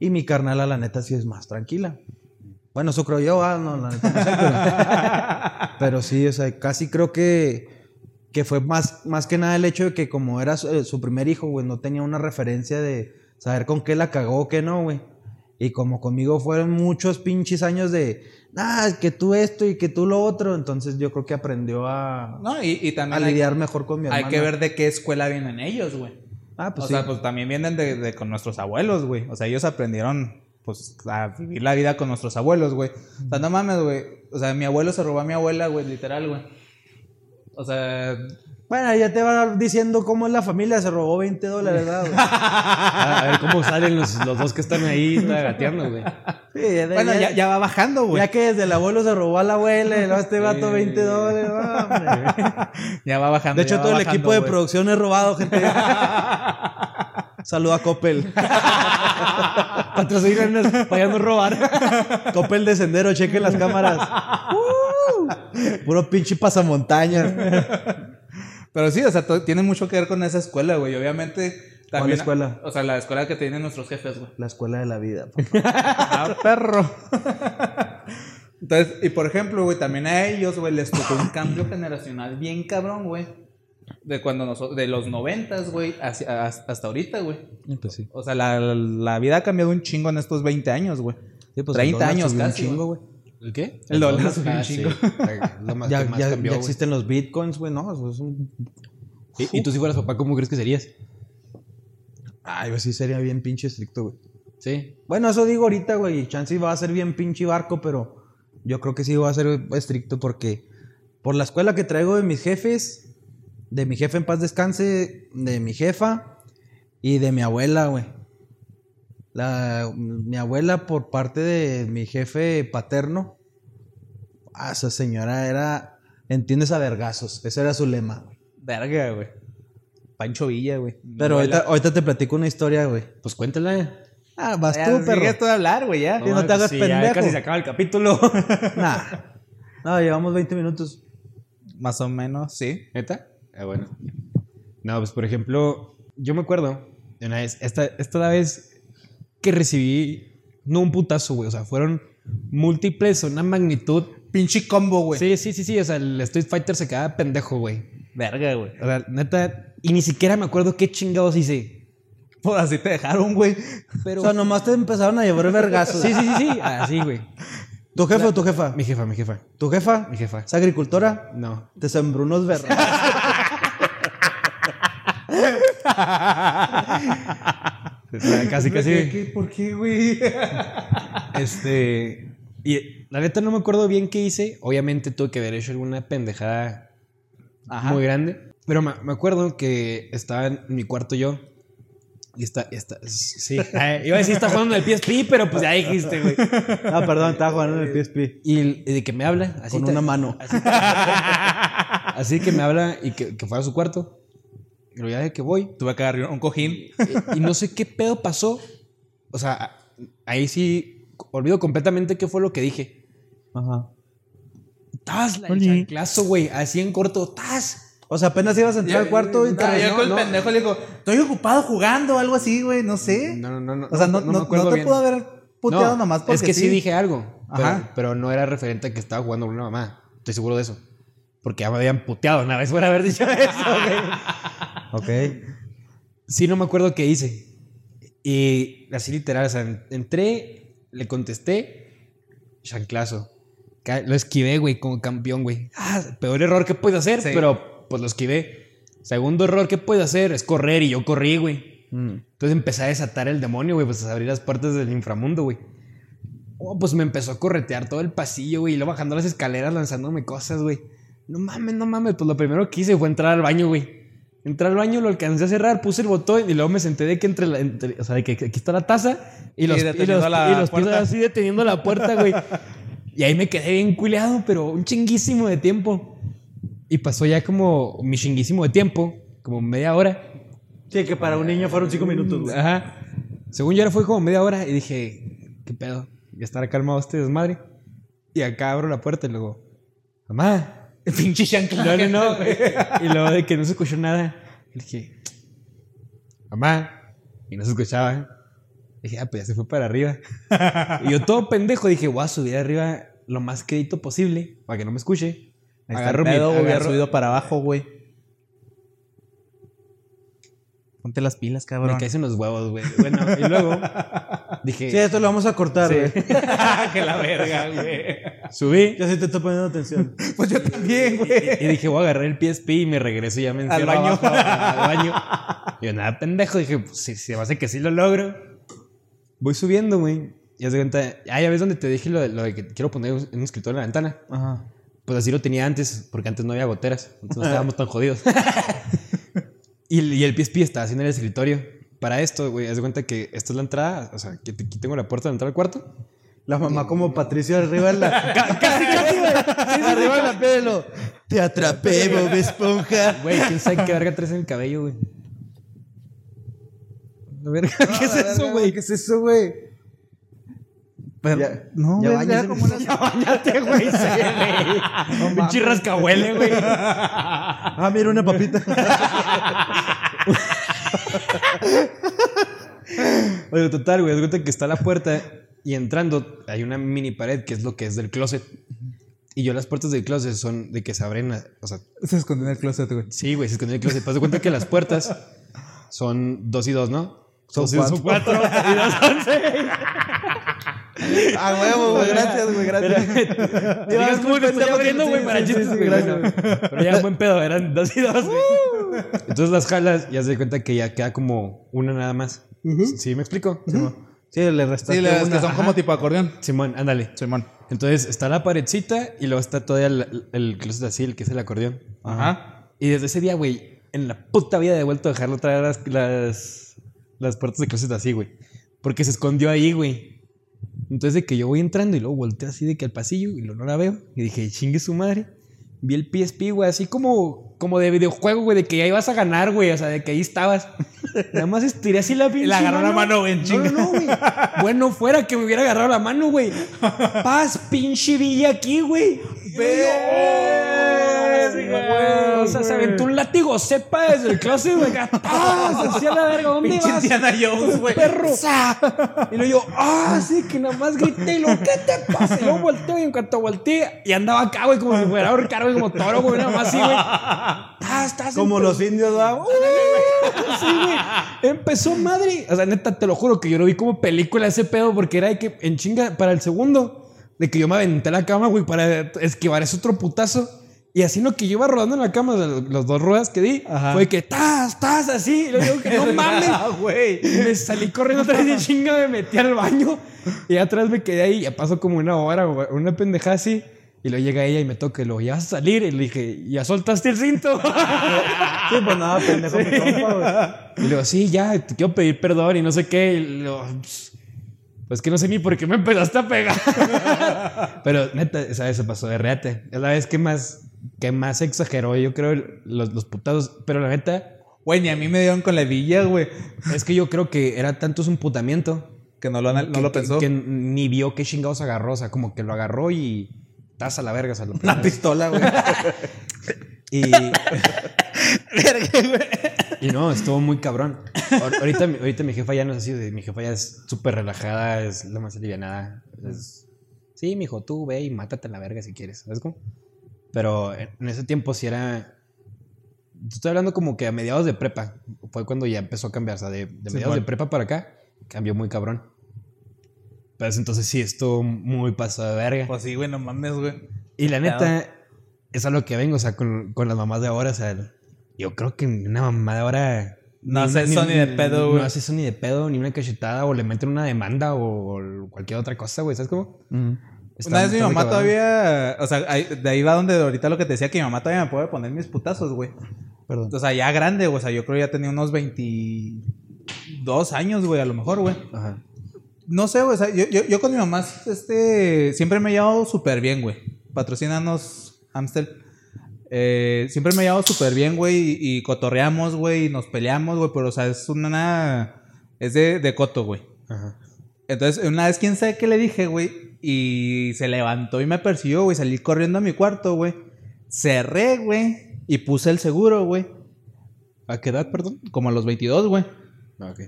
[SPEAKER 2] Y mi carnala, la neta, sí es más tranquila. Bueno, eso creo yo, ah, no, la neta. no sé,
[SPEAKER 3] *laughs*
[SPEAKER 2] pero, pero sí, o sea, casi creo que, que fue más, más que nada el hecho de que como era su, eh, su primer hijo, güey, no tenía una referencia de saber con qué la cagó o qué no, güey. Y como conmigo fueron muchos pinches años de, ah, que tú esto y que tú lo otro, entonces yo creo que aprendió a,
[SPEAKER 3] No, y, y
[SPEAKER 2] a
[SPEAKER 3] también hay,
[SPEAKER 2] lidiar mejor con mi
[SPEAKER 3] hay
[SPEAKER 2] hermana.
[SPEAKER 3] que ver de qué escuela vienen ellos, güey.
[SPEAKER 2] Ah, pues
[SPEAKER 3] o
[SPEAKER 2] sí.
[SPEAKER 3] sea, pues también vienen de, de con nuestros abuelos, güey. O sea, ellos aprendieron, pues, a vivir la vida con nuestros abuelos, güey. O sea, no mames, güey. O sea, mi abuelo se robó a mi abuela, güey, literal, güey. O sea,
[SPEAKER 2] Bueno, ya te va diciendo cómo es la familia, se robó 20 dólares, ¿verdad, güey?
[SPEAKER 1] A ver cómo salen los, los dos que están ahí gateando, güey.
[SPEAKER 2] Sí, ya, de-
[SPEAKER 3] bueno, ya,
[SPEAKER 2] ya,
[SPEAKER 3] ya va bajando, güey.
[SPEAKER 2] ya que desde el abuelo se robó a la abuela y luego este vato 20 dólares. no, *laughs* hombre.
[SPEAKER 3] Ya va bajando.
[SPEAKER 2] De
[SPEAKER 3] ya
[SPEAKER 2] hecho,
[SPEAKER 3] va
[SPEAKER 2] todo el
[SPEAKER 3] bajando,
[SPEAKER 2] equipo de
[SPEAKER 3] güey.
[SPEAKER 2] producción es robado, *laughs* gente. Saluda a Coppel.
[SPEAKER 1] Patrocinan para ya no robar.
[SPEAKER 2] Coppel de sendero, chequen las cámaras. *laughs* Uh, puro pinche pasamontaña.
[SPEAKER 3] Pero sí, o sea, to- tiene mucho que ver con esa escuela, güey. Obviamente.
[SPEAKER 2] ¿Cuál
[SPEAKER 3] También,
[SPEAKER 2] escuela?
[SPEAKER 3] O sea, la escuela que tienen nuestros jefes, güey.
[SPEAKER 2] La escuela de la vida. papá. *laughs*
[SPEAKER 3] Ah, perro. Entonces, y por ejemplo, güey, también a ellos, güey, les tocó un cambio generacional bien cabrón, güey. De cuando nosotros, de los noventas, güey, hacia- as- hasta ahorita, güey.
[SPEAKER 1] Pues sí.
[SPEAKER 3] O sea, la, la vida ha cambiado un chingo en estos 20 años, güey.
[SPEAKER 2] Sí, pues,
[SPEAKER 3] 30
[SPEAKER 2] el dólar
[SPEAKER 3] años
[SPEAKER 2] subió un
[SPEAKER 3] casi,
[SPEAKER 2] chingo,
[SPEAKER 3] güey.
[SPEAKER 1] ¿El qué?
[SPEAKER 3] El dólar subió un
[SPEAKER 1] Ah, sí.
[SPEAKER 3] chingo.
[SPEAKER 1] Lo más
[SPEAKER 2] Ya,
[SPEAKER 1] que más
[SPEAKER 2] ya-
[SPEAKER 1] cambió,
[SPEAKER 2] ya
[SPEAKER 1] güey.
[SPEAKER 2] existen los bitcoins, güey, ¿no? Eso es un-
[SPEAKER 1] ¿Y, y tú si fueras papá, ¿cómo crees que serías?
[SPEAKER 2] Ay, pues sí sería bien pinche estricto, güey.
[SPEAKER 1] Sí.
[SPEAKER 2] Bueno, eso digo ahorita, güey. Chance va a ser bien pinche barco, pero yo creo que sí va a ser estricto porque por la escuela que traigo de mis jefes, de mi jefe en paz descanse, de mi jefa y de mi abuela, güey. La, mi abuela por parte de mi jefe paterno, Ah, esa señora era. Entiendes a vergazos. Ese era su lema, güey.
[SPEAKER 3] Verga, güey. Pancho Villa, güey.
[SPEAKER 2] Pero ahorita, ahorita te platico una historia, güey.
[SPEAKER 1] Pues cuéntala.
[SPEAKER 2] Ah, vas
[SPEAKER 3] Ya,
[SPEAKER 2] tú, perro.
[SPEAKER 3] sigues tú de hablar, güey, ya.
[SPEAKER 2] no
[SPEAKER 1] mames,
[SPEAKER 2] te hagas
[SPEAKER 1] pues ya
[SPEAKER 2] pendejo.
[SPEAKER 1] casi se acaba el capítulo.
[SPEAKER 2] Nah. No, llevamos 20 minutos.
[SPEAKER 3] Más o menos, sí.
[SPEAKER 1] ¿Neta? Ah, bueno. No, pues por ejemplo, yo me acuerdo de una vez, esta, esta vez que recibí, no un putazo, güey, o sea, fueron múltiples, una magnitud.
[SPEAKER 3] Pinche combo, güey.
[SPEAKER 1] Sí, sí, sí, sí, o sea, el Street Fighter se quedaba pendejo, güey.
[SPEAKER 3] Verga, güey.
[SPEAKER 1] O sea, neta, y ni siquiera me acuerdo qué chingados hice.
[SPEAKER 2] pues,
[SPEAKER 3] Por así te dejaron, güey.
[SPEAKER 1] Pero.
[SPEAKER 2] O sea, nomás te empezaron a llevar vergazos.
[SPEAKER 1] sí, sí, sí, sí, así, güey.
[SPEAKER 2] ¿Tu jefe o tu jefa?
[SPEAKER 1] Mi jefa, mi jefa,
[SPEAKER 2] ¿Tu jefa?
[SPEAKER 1] mi jefa.
[SPEAKER 2] ¿Es agricultora?
[SPEAKER 1] *laughs* No.
[SPEAKER 2] Te sembró unos vergazos.
[SPEAKER 1] O sea, Casi, casi.
[SPEAKER 3] ¿Por qué, güey?
[SPEAKER 1] Este. Y la neta no me acuerdo bien qué hice. Obviamente tuve que haber hecho alguna pendejada
[SPEAKER 3] Ajá.
[SPEAKER 1] muy grande. Pero me, me acuerdo que estaba en mi cuarto yo. Y está, está, sí. Eh, Iba a decir, está jugando en el PSP, pero pues ya dijiste, güey.
[SPEAKER 2] ah, perdón, estaba jugando en el PSP.
[SPEAKER 1] Y, y de que me habla. Así
[SPEAKER 2] Con
[SPEAKER 1] te-
[SPEAKER 2] una mano.
[SPEAKER 1] Así que me habla y que, que fue a su cuarto. Pero ya de que voy.
[SPEAKER 3] Tuve que agarrar un cojín.
[SPEAKER 1] Y, y no sé qué pedo pasó. O sea, a- ahí sí olvido completamente qué fue lo que dije.
[SPEAKER 2] Ajá.
[SPEAKER 1] Taz, la del
[SPEAKER 4] Oli.
[SPEAKER 1] chanclazo, güey. Así en corto, Taz.
[SPEAKER 2] O sea, apenas ibas a entrar al cuarto y te...
[SPEAKER 3] Ah, yo
[SPEAKER 1] no,
[SPEAKER 3] con el
[SPEAKER 1] no.
[SPEAKER 3] pendejo le digo, estoy ocupado jugando o algo así, güey. No sé.
[SPEAKER 1] No, no, no, no.
[SPEAKER 3] O sea, no,
[SPEAKER 1] no
[SPEAKER 3] no,
[SPEAKER 1] me
[SPEAKER 3] no
[SPEAKER 1] acuerdo
[SPEAKER 3] te
[SPEAKER 1] bien.
[SPEAKER 3] pudo haber puteado nomás porque
[SPEAKER 1] Es que sí, dije algo. pero-
[SPEAKER 3] Ajá.
[SPEAKER 1] Pero, no era referente a que estaba jugando con una mamá. Estoy seguro de eso. Porque ya me habían puteado una vez por haber
[SPEAKER 3] *laughs*
[SPEAKER 1] dicho eso, güey.
[SPEAKER 2] Ok.
[SPEAKER 1] Sí, no me acuerdo qué hice. Y así literal, o sea, en- entré, le contesté, chanclazo. Ca- Lo esquivé, güey, como campeón, güey. Ah, peor error que puedes hacer,
[SPEAKER 3] Sí.
[SPEAKER 1] pero pues lo esquivé. Segundo error que puedes hacer es correr y yo corrí, güey.
[SPEAKER 2] Mm.
[SPEAKER 1] Entonces empecé a desatar el demonio, güey, pues a abrir las puertas del inframundo, güey. Oh, pues me empezó a corretear todo el pasillo, güey, y luego bajando las escaleras lanzándome cosas, güey. No mames, no mames, pues lo primero que hice fue entrar al baño, güey. Entré al baño, lo alcancé a cerrar, puse el botón y luego me senté de que entre la. entre- o sea, de que aquí está la taza y los, y los,
[SPEAKER 3] deteniendo la
[SPEAKER 1] y los pies
[SPEAKER 3] puerta.
[SPEAKER 1] así deteniendo la puerta, güey. Y ahí me quedé bien culeado, pero un chinguísimo de tiempo. Y pasó ya como mi chinguísimo de tiempo, como media hora.
[SPEAKER 2] Sí, que para un niño fueron 5 minutos. güey.
[SPEAKER 1] Ajá. Según yo, era fue como media hora y dije, ¿qué pedo? Ya estará calmado este desmadre. Y acá abro la puerta y luego, mamá.
[SPEAKER 3] *laughs* Pinche
[SPEAKER 1] No,
[SPEAKER 3] chancla.
[SPEAKER 1] no, no. y luego de que no se escuchó nada, dije, mamá. Y no se escuchaba. Dije, ah, pues ya se fue para arriba. y yo todo pendejo dije, voy a subir arriba lo más quedito posible para que no me escuche.
[SPEAKER 3] Ahí está
[SPEAKER 1] Agarro
[SPEAKER 3] el
[SPEAKER 1] mi-
[SPEAKER 3] pedo, güey.
[SPEAKER 1] agarro-
[SPEAKER 3] subido para abajo, güey. Ponte las pilas, cabrón.
[SPEAKER 1] Me caes en los huevos, güey. Bueno, y luego
[SPEAKER 3] *laughs*
[SPEAKER 1] dije,
[SPEAKER 2] Sí, esto lo vamos a cortar, güey.
[SPEAKER 3] que la verga, güey.
[SPEAKER 1] subí.
[SPEAKER 2] Yo sí te estoy poniendo *laughs* atención.
[SPEAKER 3] Pues yo también, güey.
[SPEAKER 1] Y dije, voy a agarrar el PSP y me regreso y ya me encierro
[SPEAKER 3] baño.
[SPEAKER 1] abajo, al baño. Y yo, nada, pendejo. Dije, pues, si se me hace que sí lo logro. Voy subiendo, güey. Y haz de cuenta, ah, ya ves donde te dije lo de, lo de que quiero poner un un escritorio en la ventana.
[SPEAKER 2] Ajá.
[SPEAKER 1] Pues así lo tenía antes, porque antes no había goteras. Entonces no estábamos tan jodidos. y, y el PSP estaba haciendo el escritorio. Para esto, güey, haz de cuenta que esta es la entrada. O sea, que aquí tengo la puerta de entrar al cuarto.
[SPEAKER 2] La mamá como Patricio arriba *laughs* en la... arriba en la pelo. Te atrapé, Bob Esponja.
[SPEAKER 1] Güey, quién sabe qué *laughs* verga traes en el cabello, güey. La verga, ¿qué es eso, güey?
[SPEAKER 2] ¿Qué es eso, güey?
[SPEAKER 3] Pero,
[SPEAKER 2] Ya-
[SPEAKER 3] no,
[SPEAKER 2] ya
[SPEAKER 3] güey,
[SPEAKER 2] bañes
[SPEAKER 3] era
[SPEAKER 2] en
[SPEAKER 3] como
[SPEAKER 2] el-
[SPEAKER 3] unas-
[SPEAKER 1] Bañate, *laughs* güey. Sí, güey. Un chirrascahuele, güey.
[SPEAKER 2] Ah, mira, una papita.
[SPEAKER 1] Oye, total, güey. haz de cuenta que está la puerta y entrando hay una mini pared que es lo que es del closet. Y yo las puertas del closet son de que se abren, a- o sea,
[SPEAKER 3] *laughs* Se escondió en el closet, güey.
[SPEAKER 1] Sí, güey, se escondió en el closet. Te das cuenta que las puertas son dos y dos, ¿no?
[SPEAKER 2] Son
[SPEAKER 1] Dos y dos *laughs*
[SPEAKER 2] cuatro.
[SPEAKER 1] son cuatro y dos son seis.
[SPEAKER 2] A huevo, güey. Gracias, güey. Gracias.
[SPEAKER 1] Te digas cómo te estoy abriendo, güey, para chistes, güey. Bueno, Pero ya buen pedo, eran dos y dos, güey. Entonces las jalas y haz de cuenta que ya queda como una nada más. ¿Sí me explico?
[SPEAKER 2] Sí, le restaste
[SPEAKER 3] Sí, las
[SPEAKER 2] una.
[SPEAKER 3] Pues, que son como tipo acordeón.
[SPEAKER 1] Simón, ándale.
[SPEAKER 3] Simón.
[SPEAKER 1] Entonces está la paredcita y luego está todavía el, el closet así, el que es el acordeón.
[SPEAKER 3] Ajá.
[SPEAKER 1] Y desde ese día, güey, en la puta vida he vuelto a dejarlo traer las, las, las puertas de closet así, güey. Porque se escondió ahí, güey. Entonces de que yo voy entrando y luego volteé así de que al pasillo y luego no la veo. Y dije, chingue su madre. Vi el PSP, güey, así como, como de videojuego, güey, de que ya ibas a ganar, güey. O sea, de que ahí
[SPEAKER 3] *laughs*
[SPEAKER 1] estabas. Nada más estiré así la pinche
[SPEAKER 3] la agarró la mano, güey, en
[SPEAKER 1] No,
[SPEAKER 3] chinga.
[SPEAKER 1] No, no, güey. Bueno, fuera que me hubiera agarrado la mano,
[SPEAKER 3] *laughs*
[SPEAKER 1] güey. Paz, pinche villa aquí, güey. Verga, güey. O sea, se aventó un látigo sepa desde el closet, güey. acá, ¡tas! Así a la verga, ¿dónde
[SPEAKER 3] Pinche
[SPEAKER 1] vas?
[SPEAKER 3] Indiana Jones, güey.
[SPEAKER 1] perro. Y luego yo, ah, sí, que nada más grité y lo ¿qué te pasa? Y luego volteo y en cuanto volteé, y andaba acá, güey, como si fuera a ahorcar, güey, como toro, güey, nada más así, güey. Tas, tas,
[SPEAKER 2] Como
[SPEAKER 1] empe-
[SPEAKER 2] los indios, ¿verdad?
[SPEAKER 1] ¡Uh! Sí, güey. Empezó madre. O sea, neta, te lo juro que yo lo vi como película ese pedo porque era de que en chinga para el segundo, de que yo me aventé a la cama, güey, para esquivar ese otro putazo. Y así lo que yo iba rodando en la cama, de las dos ruedas que di,
[SPEAKER 2] Ajá.
[SPEAKER 1] fue que tas, tas, así. Y luego yo
[SPEAKER 2] *laughs*
[SPEAKER 1] que no mames.
[SPEAKER 2] Ah, güey.
[SPEAKER 1] Y me salí corriendo atrás de chinga, me metí al baño y atrás me quedé ahí. Ya pasó como una hora, güey, una pendejada así. Y luego llega ella y me toca, y luego ya vas a salir. Y le dije, ya soltaste el cinto.
[SPEAKER 2] Sí, pues nada, pendejo mi compa, güey.
[SPEAKER 1] Y le digo, sí, ya, te quiero pedir perdón y no sé qué. Y le digo, "Ps, pues que no sé ni por qué me empezaste a pegar. *laughs* Pero neta, esa vez se pasó de reate. Es la vez que más, que más exageró, yo creo, el- los, los putados. Pero la neta,
[SPEAKER 3] Güey, ni a mí me dieron con la villa, güey.
[SPEAKER 1] es que yo creo que era tanto su emputamiento
[SPEAKER 3] Que no lo, anal- no
[SPEAKER 1] que-
[SPEAKER 3] lo
[SPEAKER 1] que-
[SPEAKER 3] pensó.
[SPEAKER 1] Que, ni vio qué chingados agarró. O sea, como que lo agarró y taza la verga. O sea,
[SPEAKER 3] *laughs*
[SPEAKER 1] lo
[SPEAKER 3] Una pistola, güey.
[SPEAKER 1] Y. y no, estuvo muy cabrón. Ahor- Ahorita, mi- ahorita mi jefa ya no es así. de- Mi jefa ya es súper relajada, es la más alivianada. Es, sí, mijo, tú ve y mátate a la verga si quieres. ¿Sabes cómo? Pero en ese tiempo sí era. te Estoy hablando como que a mediados de prepa. Fue cuando ya empezó a cambiar. O sea, de, de mediados de
[SPEAKER 3] bueno.
[SPEAKER 1] prepa para acá, cambió muy cabrón. Pero ese entonces sí, estuvo muy pasado de verga.
[SPEAKER 3] Pues sí, güey, no mames, güey.
[SPEAKER 1] Y la neta, es a lo que vengo, o sea, con, con las mamás de ahora, o sea, yo creo que una mamá de ahora...
[SPEAKER 3] No hace eso ni de pedo, güey.
[SPEAKER 1] No hace eso ni de pedo, ni una cachetada, o le meten una demanda, o, o cualquier otra cosa, güey, ¿sabes cómo? Está-
[SPEAKER 3] Una vez mi
[SPEAKER 1] está muy
[SPEAKER 3] mamá
[SPEAKER 1] cabrón.
[SPEAKER 3] todavía, o sea, ahí- de ahí va donde ahorita lo que te decía, que mi mamá todavía me puede poner mis putazos, güey.
[SPEAKER 1] Perdón.
[SPEAKER 3] O sea, ya grande, güey. O sea, yo creo que ya tenía unos 22 años, güey, a lo mejor, güey.
[SPEAKER 1] Ajá.
[SPEAKER 3] No sé, güey. O sea, yo, yo, yo con mi mamá, este, siempre me he llevado súper bien, güey. Patrocínanos, Amstel. Eh, siempre me he llevado súper bien, güey. Y, y cotorreamos, güey. Y nos peleamos, güey. Pero, o sea, es una. Es de, de coto, güey.
[SPEAKER 1] Ajá.
[SPEAKER 3] Entonces, una vez, quién sabe qué le dije, güey. Y se levantó y me persiguió, güey. Salí corriendo a mi cuarto, güey. Cerré, güey. Y puse el seguro, güey.
[SPEAKER 1] ¿A qué edad, perdón?
[SPEAKER 3] Como a los 22, güey.
[SPEAKER 1] Ah, ok.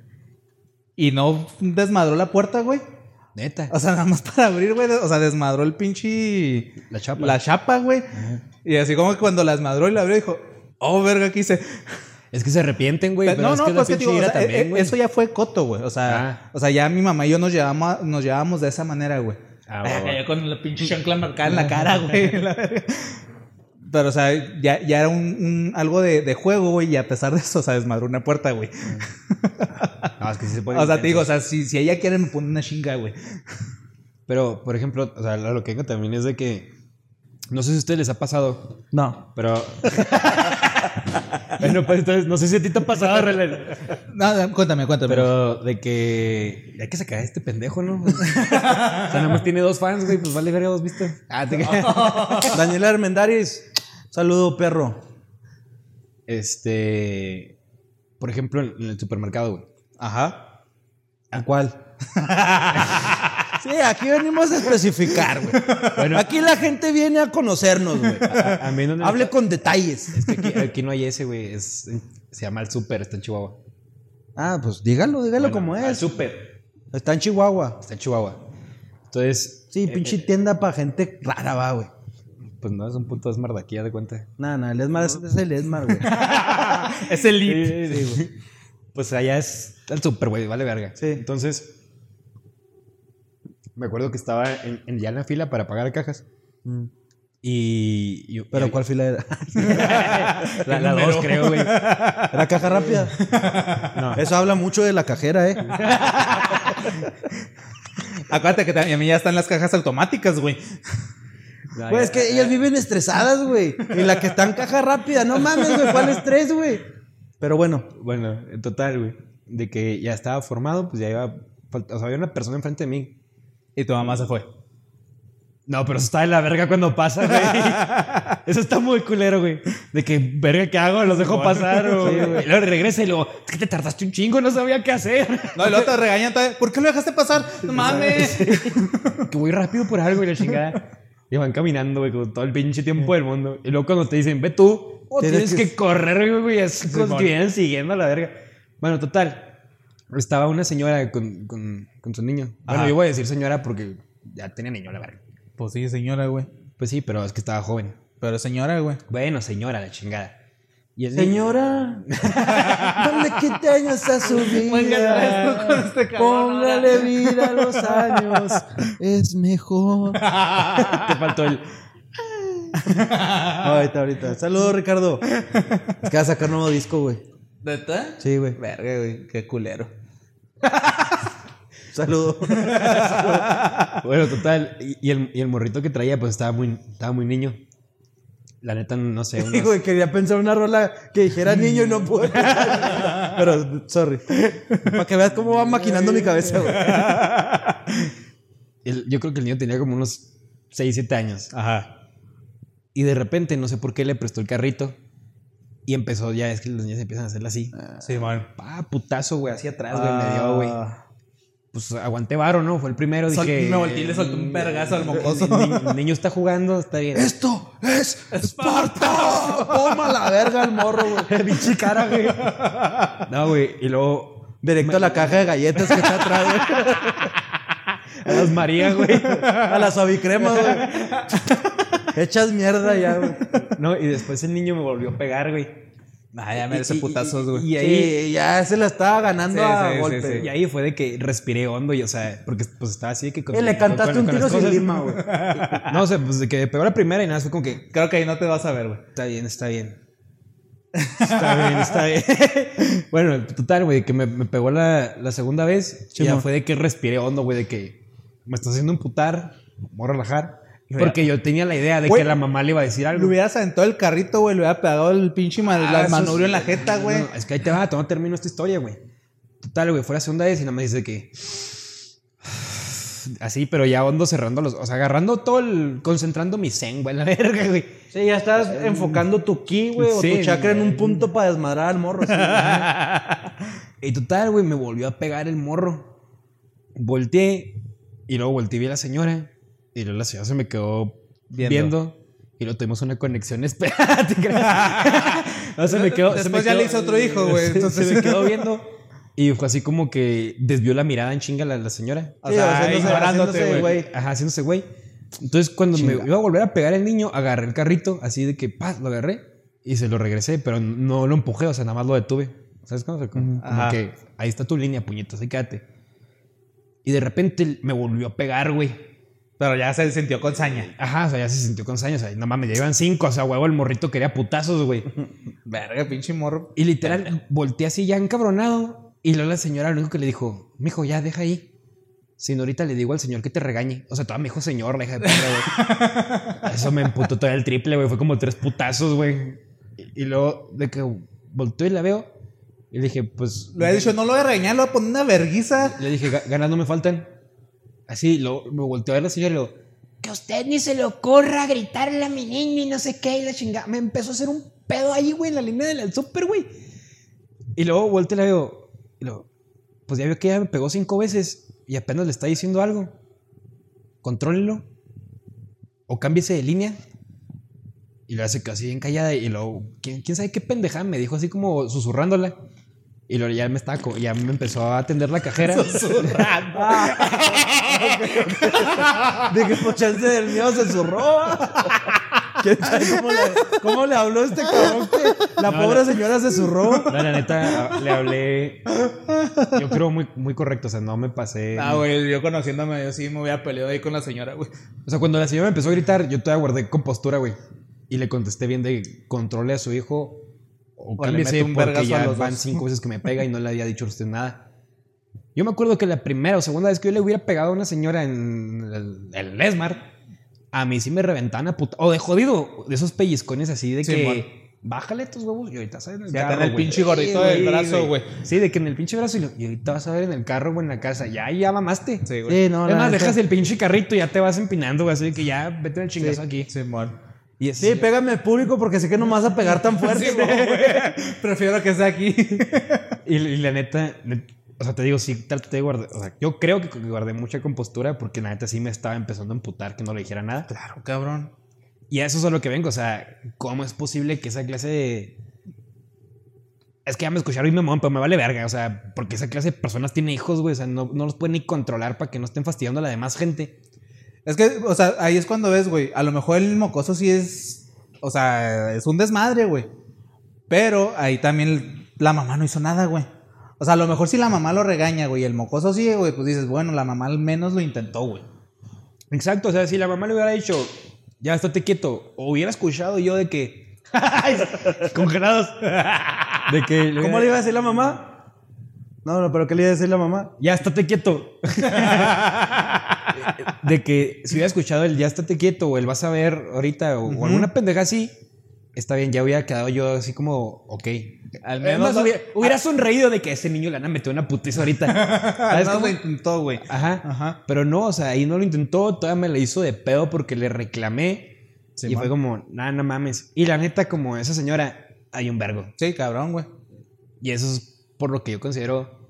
[SPEAKER 3] Y no desmadró la puerta, güey.
[SPEAKER 1] Neta,
[SPEAKER 3] O sea, *laughs* nada más para abrir, güey. O sea, desmadró el pinche.
[SPEAKER 1] la chapa.
[SPEAKER 3] La chapa, güey. Y así como que cuando la desmadró y la abrió, dijo, oh, verga, ¿qué hice?
[SPEAKER 1] Es que se arrepienten, güey. pero
[SPEAKER 3] no,
[SPEAKER 1] es
[SPEAKER 3] no,
[SPEAKER 1] que es la
[SPEAKER 3] pues que
[SPEAKER 1] pinche
[SPEAKER 3] digo, o
[SPEAKER 1] ira
[SPEAKER 3] sea, eh,
[SPEAKER 1] también,
[SPEAKER 3] eh,
[SPEAKER 1] güey.
[SPEAKER 3] eso ya fue coto, güey. O sea,
[SPEAKER 1] Ah.
[SPEAKER 3] o sea, ya mi mamá y yo nos llevamos, nos llevamos de esa manera, güey.
[SPEAKER 1] Ah,
[SPEAKER 3] Ay,
[SPEAKER 1] va, va.
[SPEAKER 3] *laughs* yo con la pinche chancla marcada en la cara, güey. la verga. Pero, o sea, ya, ya era un, un- algo de, de juego, güey, y a pesar de eso, o sea, desmadró una puerta, güey.
[SPEAKER 1] No, es que sí se pone
[SPEAKER 3] O sea, te digo,
[SPEAKER 1] intenso.
[SPEAKER 3] o sea, si, si ella quiere me pone una chinga, güey.
[SPEAKER 1] Pero, por ejemplo, o sea, lo que digo también es de que... No sé si a ustedes les ha pasado,
[SPEAKER 3] No.
[SPEAKER 1] Pero. bueno, pues entonces, no sé si a ti te ha pasado, Relén.
[SPEAKER 3] No, cuéntame, cuéntame.
[SPEAKER 1] Pero de que. Ya que se cae este pendejo, ¿no? o sea, nada más tiene dos fans, güey, pues vale verga dos vistas. Ah, te
[SPEAKER 2] Daniel Armendaris, saludo, perro.
[SPEAKER 1] Este. Por ejemplo, en en el supermercado, güey.
[SPEAKER 3] Ajá.
[SPEAKER 1] ¿A cuál?
[SPEAKER 2] Sí, aquí venimos a especificar, güey.
[SPEAKER 1] Bueno,
[SPEAKER 2] Aquí la gente viene a conocernos, güey.
[SPEAKER 1] a, a mí donde.
[SPEAKER 2] Hable con detalles.
[SPEAKER 1] Es que aquí, aquí no hay ese, güey. Es, se llama el super, está en Chihuahua.
[SPEAKER 2] Ah, pues dígalo, dígalo
[SPEAKER 1] Bueno,
[SPEAKER 2] como
[SPEAKER 1] Al
[SPEAKER 2] es.
[SPEAKER 1] super,
[SPEAKER 2] Está en Chihuahua.
[SPEAKER 1] está en Chihuahua. Entonces.
[SPEAKER 2] Sí,
[SPEAKER 1] eh,
[SPEAKER 2] pinche
[SPEAKER 1] eh,
[SPEAKER 2] tienda para gente rara, va, güey.
[SPEAKER 1] pues no, es un punto desmar de aquí, ya de cuenta.
[SPEAKER 2] Nada, nada, el Esmar es, es el Esmar, güey.
[SPEAKER 3] Es el lead.
[SPEAKER 1] Pues allá es el super, güey, vale verga.
[SPEAKER 2] Sí.
[SPEAKER 1] Entonces, me acuerdo que estaba en, en- ya en la fila para pagar cajas.
[SPEAKER 2] Mm.
[SPEAKER 1] Y, y-
[SPEAKER 2] Pero
[SPEAKER 1] y-
[SPEAKER 2] ¿cuál fila era?
[SPEAKER 1] La, la dos, creo,
[SPEAKER 2] *laughs*
[SPEAKER 1] güey.
[SPEAKER 2] ¿Era caja rápida?
[SPEAKER 1] No.
[SPEAKER 2] Eso habla mucho de la cajera, ¿eh?
[SPEAKER 3] Acuérdate que también a mí ya están las cajas automáticas, güey.
[SPEAKER 1] No,
[SPEAKER 2] Güey,
[SPEAKER 1] ya-
[SPEAKER 2] es que ellas viven estresadas, güey. Y la que está en caja rápida, no mames, güey, ¿cuál estrés, güey? Pero bueno,
[SPEAKER 1] Bueno, en total, güey. De que ya estaba formado, pues ya iba. falt- O sea, había una persona enfrente de mí
[SPEAKER 3] Y tu mamá se fue.
[SPEAKER 1] No, pero eso está de la verga cuando pasa, güey.
[SPEAKER 2] *laughs*
[SPEAKER 1] Eso está muy culero, güey. De que, verga, ¿qué hago? ¿Los dejo pasar? O, y luego regresa y luego, es que te tardaste un chingo, no sabía qué hacer.
[SPEAKER 3] No, y luego te regañan todavía. ¿Por qué lo dejaste pasar? No mames.
[SPEAKER 1] que voy rápido por algo y la chingada. Y van caminando, güey, con todo el pinche tiempo del mundo. Y luego cuando te dicen, ve tú, o
[SPEAKER 2] Tienes
[SPEAKER 1] tienes, que, correr, güey, es que
[SPEAKER 3] Simón.
[SPEAKER 1] te vienen siguiendo a la verga. Bueno, total. Estaba una señora con, con- con su niño. Bueno,
[SPEAKER 3] Ajá.
[SPEAKER 1] yo voy a decir señora porque ya tenía niño, la verga.
[SPEAKER 3] *laughs* Pues sí, señora, güey.
[SPEAKER 1] Pues sí, pero es que estaba joven.
[SPEAKER 3] Pero señora, güey.
[SPEAKER 1] Bueno, señora, la chingada. Y el niño-
[SPEAKER 2] Señora, dale 15 años a su vida. Póngale vida a los años. Es *laughs*
[SPEAKER 1] *laughs*
[SPEAKER 2] mejor.
[SPEAKER 1] Te faltó el.
[SPEAKER 2] Ahorita, ahorita. Saludos, Ricardo. Es que va a sacar nuevo disco, güey.
[SPEAKER 3] ¿Neta?
[SPEAKER 2] Sí, güey.
[SPEAKER 3] Verga, güey. Qué culero.
[SPEAKER 2] *laughs* Saludos.
[SPEAKER 1] Bueno, total. Y, y el, y el morrito que traía, pues estaba muy, estaba muy niño. La neta, no
[SPEAKER 2] *laughs*
[SPEAKER 1] sé. unos-
[SPEAKER 2] Güey, quería pensar una rola que dijera niño y no pude. *laughs* Pero, sorry. Para que veas cómo va maquinando mi cabeza, güey.
[SPEAKER 1] el- yo creo que el niño tenía como unos 6, 7 años.
[SPEAKER 3] Ajá.
[SPEAKER 1] Y de repente, no sé por qué, le prestó el carrito. Y empezó, ya es que los niños empiezan a hacerla así.
[SPEAKER 3] Sí, man.
[SPEAKER 1] Pa, putazo, güey, hacia atrás, güey, me
[SPEAKER 3] Ah.
[SPEAKER 1] dio, güey. Pues aguanté varo, ¿no? Fue el primero,
[SPEAKER 3] Sol-
[SPEAKER 1] dije...
[SPEAKER 3] me volteé y le solté un vergazo al mocoso.
[SPEAKER 1] El, niño- el niño está jugando, está bien.
[SPEAKER 2] ¡Esto es Esparta! ¡Toma la verga el morro, güey!
[SPEAKER 1] Pinche cara, güey. No, güey, y luego...
[SPEAKER 2] Directo a la caja de galletas que está atrás, güey.
[SPEAKER 1] A las María, güey.
[SPEAKER 2] A la
[SPEAKER 3] *laughs*
[SPEAKER 2] suavicrema, güey. Echas mierda ya, güey.
[SPEAKER 1] No, y después el niño me volvió a pegar, güey.
[SPEAKER 3] Nah, Ah, ya
[SPEAKER 1] Y-
[SPEAKER 3] merece
[SPEAKER 1] y-
[SPEAKER 3] putazos,
[SPEAKER 1] y-
[SPEAKER 3] güey.
[SPEAKER 1] Y ahí...
[SPEAKER 2] Sí, ya se la estaba ganando
[SPEAKER 3] Sí,
[SPEAKER 2] a
[SPEAKER 3] sí, sí,
[SPEAKER 2] golpe.
[SPEAKER 3] sí.
[SPEAKER 1] Y ahí fue de que respiré hondo y, o sea, porque pues estaba así de que... con-
[SPEAKER 3] Eh,
[SPEAKER 2] Y Eh, le cantaste
[SPEAKER 1] con-
[SPEAKER 2] un
[SPEAKER 1] con
[SPEAKER 2] tiro
[SPEAKER 1] las
[SPEAKER 2] sin
[SPEAKER 1] cosas.
[SPEAKER 2] lima, güey.
[SPEAKER 1] No, o sea, pues de que pegó la primera y nada, fue como que...
[SPEAKER 3] Creo que ahí no te vas a ver, güey.
[SPEAKER 1] Está bien, está bien. Está bien, *laughs* está bien. bueno, total, güey, que me, me pegó la, la segunda vez. y ya
[SPEAKER 2] Simón.
[SPEAKER 1] fue de que respiré hondo, güey, de que me estás haciendo emputar, me voy a relajar.
[SPEAKER 3] Mira.
[SPEAKER 1] Porque yo tenía la idea de
[SPEAKER 3] Güey.
[SPEAKER 1] que la mamá le iba a decir
[SPEAKER 3] Le
[SPEAKER 1] algo.
[SPEAKER 3] hubieras aventado el carrito, güey. Le hubiera pegado el pinche ma-
[SPEAKER 1] Ah,
[SPEAKER 3] la-
[SPEAKER 1] eso
[SPEAKER 3] manubrio
[SPEAKER 1] es-
[SPEAKER 3] en la jeta, güey.
[SPEAKER 1] No, es que ahí te va, todavía no termino esta historia, güey. Total, güey, fue la segunda vez y nada más dice que. *sighs* Así, pero ya hondo cerrando los. O sea, agarrando todo el. concentrando mi zen, güey, la *laughs* verga, güey.
[SPEAKER 2] Sí, ya estás
[SPEAKER 3] Em,
[SPEAKER 2] enfocando tu ki, güey, o
[SPEAKER 1] Sí,
[SPEAKER 2] tu chakra en
[SPEAKER 1] güey.
[SPEAKER 2] un punto para desmadrar al morro. sí, güey.
[SPEAKER 1] Y total, güey, me volvió a pegar el morro. Volteé y luego volteé y vi a la señora. Y luego la señora se me quedó
[SPEAKER 3] Viendo.
[SPEAKER 1] viendo. y luego tuvimos una conexión *laughs* espera. ¿te crees? no, se me quedó. se me
[SPEAKER 3] Después ya le
[SPEAKER 1] quedó-
[SPEAKER 3] hizo otro hijo,
[SPEAKER 1] *laughs*
[SPEAKER 3] güey,
[SPEAKER 1] Se-
[SPEAKER 3] entonces-
[SPEAKER 1] se me quedó viendo. Y fue así como que desvió la mirada en chinga la, la señora.
[SPEAKER 3] O sea,
[SPEAKER 2] haciéndose-
[SPEAKER 3] ignorándote,
[SPEAKER 2] haciéndose,
[SPEAKER 3] güey.
[SPEAKER 1] Ajá, haciéndose güey. Entonces, cuando me iba a volver a pegar el niño, agarré el carrito, así de que, paz, lo agarré y se lo regresé, pero no lo empujé, o sea, nada más lo detuve. ¿Sabes cómo? O sea, como, como
[SPEAKER 3] Ajá.
[SPEAKER 1] que ahí está tu línea, puñetas, ahí quédate. Y de repente me volvió a pegar, güey.
[SPEAKER 3] *laughs* Pero ya se sintió con saña.
[SPEAKER 1] Ajá, o sea, ya se sintió con saña, o sea, no mames, ya iban cinco, o sea, huevo, el morrito quería putazos, güey.
[SPEAKER 3] Verga, pinche morro.
[SPEAKER 1] Y literal, volteé así ya encabronado. Y luego la señora lo único que le dijo, mijo, ya deja ahí. Si no, ahorita le digo al señor que te regañe. O sea, todavía me dijo señor, la hija de puta, *laughs* güey. Eso me emputó todavía el triple, güey. Fue como tres putazos, güey. Y, y luego de que volteo y la veo. Y le dije, pues...
[SPEAKER 3] Le había dicho, no lo voy a regañar, lo voy a poner una verguiza.
[SPEAKER 1] Le dije, "Ga- ganas no me faltan. Así, lo, me volteó a ver la señora y le digo,
[SPEAKER 5] que a usted ni se le ocurra gritarle a mi niño y no sé qué y la chingada. Me empezó a hacer un pedo ahí, güey, en la línea del súper, güey.
[SPEAKER 1] Y luego volteé y la veo. Y luego, pues ya veo que ya me pegó cinco veces y apenas le está diciendo algo. Contrólelo. O cámbiese de línea. Y lo hace así bien callada. Y luego, ¿quién, quién sabe qué pendejada me dijo así como susurrándola. Y luego ya me estaba, co- ya me empezó a atender la cajera.
[SPEAKER 5] *laughs*
[SPEAKER 2] De que por "Pues, chance del mío se zurró. *laughs* ¿Quién sabe cómo le, cómo le habló este cabrón? que la pobre señora se zurró.
[SPEAKER 1] No, la neta, a- le hablé. Yo creo muy, muy correcto. O sea, no me pasé.
[SPEAKER 3] Ah, güey, yo conociéndome, yo sí me hubiera peleado ahí con la señora, güey.
[SPEAKER 1] O sea, cuando la señora me empezó a gritar, yo todavía guardé compostura, güey. Y le contesté bien de controle a su hijo o,
[SPEAKER 3] le
[SPEAKER 1] cámbiese
[SPEAKER 3] mete un
[SPEAKER 1] porque
[SPEAKER 3] vergazo a
[SPEAKER 1] ya
[SPEAKER 3] los
[SPEAKER 1] van
[SPEAKER 3] dos.
[SPEAKER 1] cinco veces que me pega y no le había dicho a usted nada. Yo me acuerdo que la primera o segunda vez que yo le hubiera pegado a una señora en el, el Esmar, a mí sí me reventaban a puta. O de jodido, de esos pellizcones así de
[SPEAKER 3] Sí,
[SPEAKER 1] que
[SPEAKER 3] mon.
[SPEAKER 1] bájale tus huevos y ahorita vas a ver en el
[SPEAKER 3] Ya
[SPEAKER 1] carro.
[SPEAKER 3] está en el
[SPEAKER 1] güey.
[SPEAKER 3] pinche gordito
[SPEAKER 1] Sí,
[SPEAKER 3] del brazo, güey.
[SPEAKER 1] Sí, de que en el pinche brazo y, lo- y ahorita vas a ver en el carro, güey, en la casa. Ya, ya mamaste.
[SPEAKER 3] Sí, güey.
[SPEAKER 2] Sí, no, la
[SPEAKER 1] Además,
[SPEAKER 2] neta.
[SPEAKER 1] dejas el pinche carrito y ya te vas empinando, güey. Así que ya vete al
[SPEAKER 3] Sí,
[SPEAKER 1] chingazo aquí.
[SPEAKER 3] Simón.
[SPEAKER 1] Y así,
[SPEAKER 2] Sí, pégame al público porque sé que no me vas a pegar tan fuerte.
[SPEAKER 3] *laughs* Prefiero que sea
[SPEAKER 2] *laughs*
[SPEAKER 3] aquí.
[SPEAKER 1] Y, y la neta, ne- o sea, te digo, sí, traté de guardar. O sea, yo creo que guardé mucha compostura porque la neta sí me estaba empezando a emputar que no le dijera nada.
[SPEAKER 3] Claro, cabrón.
[SPEAKER 1] Y a eso es a lo que vengo. O sea, ¿cómo es posible que esa clase de. Es que ya me escucharon y me mamón, pero me vale verga. O sea, porque esa clase de personas tiene hijos, güey. O sea, no, no los pueden ni controlar para que no estén fastidiando a la demás gente.
[SPEAKER 3] Es que, o sea, ahí es cuando ves, güey. A lo mejor el mocoso sí es. O sea, es un desmadre, güey. Pero ahí también el- la mamá no hizo nada, güey. O sea, a lo mejor si la mamá lo regaña, güey, y el mocoso sí, güey, pues dices, bueno, la mamá al menos lo intentó, güey.
[SPEAKER 1] Exacto. O sea, si la mamá le hubiera dicho, ya estate quieto, o hubiera escuchado yo de que. Congelados. de que.
[SPEAKER 2] ¿Cómo le iba a decir la mamá? No, no, pero ¿qué le iba a decir la mamá?
[SPEAKER 1] ya estate quieto. *laughs* de que si hubiera escuchado el ya estate quieto o el vas a ver ahorita o, o alguna pendeja así, está bien, ya hubiera quedado yo así como, ok.
[SPEAKER 3] Al
[SPEAKER 1] Al
[SPEAKER 3] menos
[SPEAKER 1] menos
[SPEAKER 3] lo-
[SPEAKER 1] hubiera, hubiera sonreído de que a ese niño le van a meter una putiza ahorita.
[SPEAKER 3] *laughs* Al
[SPEAKER 1] ¿Sabes
[SPEAKER 3] menos
[SPEAKER 1] cómo?
[SPEAKER 3] lo intentó, Ah, güey.
[SPEAKER 1] Ajá.
[SPEAKER 3] Ajá.
[SPEAKER 1] Pero no, o sea, ahí no lo intentó, todavía me la hizo de pedo porque le reclamé.
[SPEAKER 3] Sí,
[SPEAKER 1] y
[SPEAKER 3] man.
[SPEAKER 1] fue como, nah, no mames. Y la neta, como esa señora, hay un vergo.
[SPEAKER 3] Sí, cabrón, güey.
[SPEAKER 1] Y eso es por lo que yo considero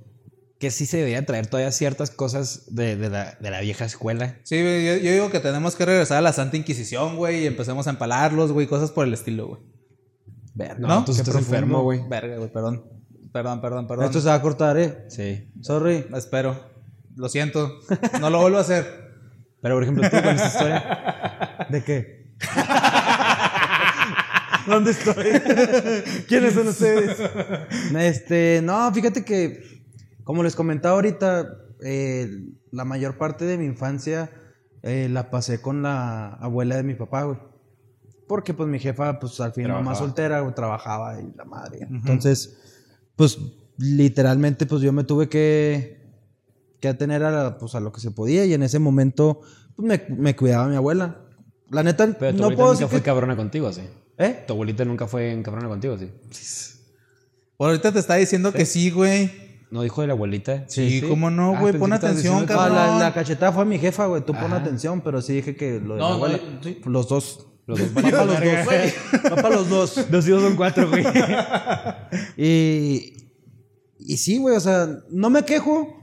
[SPEAKER 1] que sí se debería traer todavía ciertas cosas de, de la, de la vieja escuela.
[SPEAKER 3] Sí, güey, yo, yo digo que tenemos que regresar a la Santa Inquisición, güey, y empecemos a empalarlos, güey, cosas por el estilo, güey. Verga,
[SPEAKER 1] No, tú sí
[SPEAKER 3] Qué
[SPEAKER 1] estás
[SPEAKER 3] profundo.
[SPEAKER 1] enfermo, güey.
[SPEAKER 3] Verga, güey, perdón. Perdón, perdón, perdón.
[SPEAKER 2] Esto se va a cortar, ¿eh?
[SPEAKER 1] Sí.
[SPEAKER 2] Sorry.
[SPEAKER 3] Espero. Lo siento. No lo vuelvo a hacer.
[SPEAKER 1] Pero, por ejemplo, tú con esta
[SPEAKER 3] *laughs*
[SPEAKER 1] historia.
[SPEAKER 2] ¿De qué? ¿Dónde estoy? ¿Quiénes son ustedes? *laughs* Este, no, fíjate que, como les comentaba ahorita, eh, la mayor parte de mi infancia eh, la pasé con la abuela de mi papá, güey. Porque pues mi jefa, pues al fin mamá
[SPEAKER 1] Trabajaba.
[SPEAKER 2] soltera, güey, trabajaba y la madre. Entonces, pues literalmente, pues yo me tuve que, que atener a, la- pues, a lo que se podía y en ese momento pues, me, me cuidaba mi abuela. La neta,
[SPEAKER 1] Pero tu
[SPEAKER 2] no
[SPEAKER 1] abuelita
[SPEAKER 2] puedo
[SPEAKER 1] nunca
[SPEAKER 2] decir
[SPEAKER 1] fue
[SPEAKER 2] que-
[SPEAKER 1] cabrona contigo, sí.
[SPEAKER 2] ¿Eh?
[SPEAKER 1] Tu abuelita nunca fue cabrona contigo, sí.
[SPEAKER 3] Por ahorita te está diciendo que sí, güey.
[SPEAKER 1] ¿No dijo de la abuelita? Ah,
[SPEAKER 3] Sí, cómo no, güey.
[SPEAKER 1] pensé
[SPEAKER 3] Pon
[SPEAKER 1] que estabas
[SPEAKER 3] atención,
[SPEAKER 1] diciendo que-
[SPEAKER 2] Ah,
[SPEAKER 3] cabrón.
[SPEAKER 2] la, la cachetada fue mi jefa, güey. Tú pon
[SPEAKER 1] Ajá.
[SPEAKER 2] atención, pero sí dije que lo de
[SPEAKER 3] No,
[SPEAKER 2] la abuela.
[SPEAKER 3] no, sí.
[SPEAKER 2] Los dos.
[SPEAKER 1] Los dos
[SPEAKER 3] *laughs*
[SPEAKER 2] Va para los
[SPEAKER 1] verga.
[SPEAKER 2] dos, güey. Va para los dos.
[SPEAKER 1] Dos y dos son cuatro, güey.
[SPEAKER 2] Y, y sí, güey, o sea, no me quejo.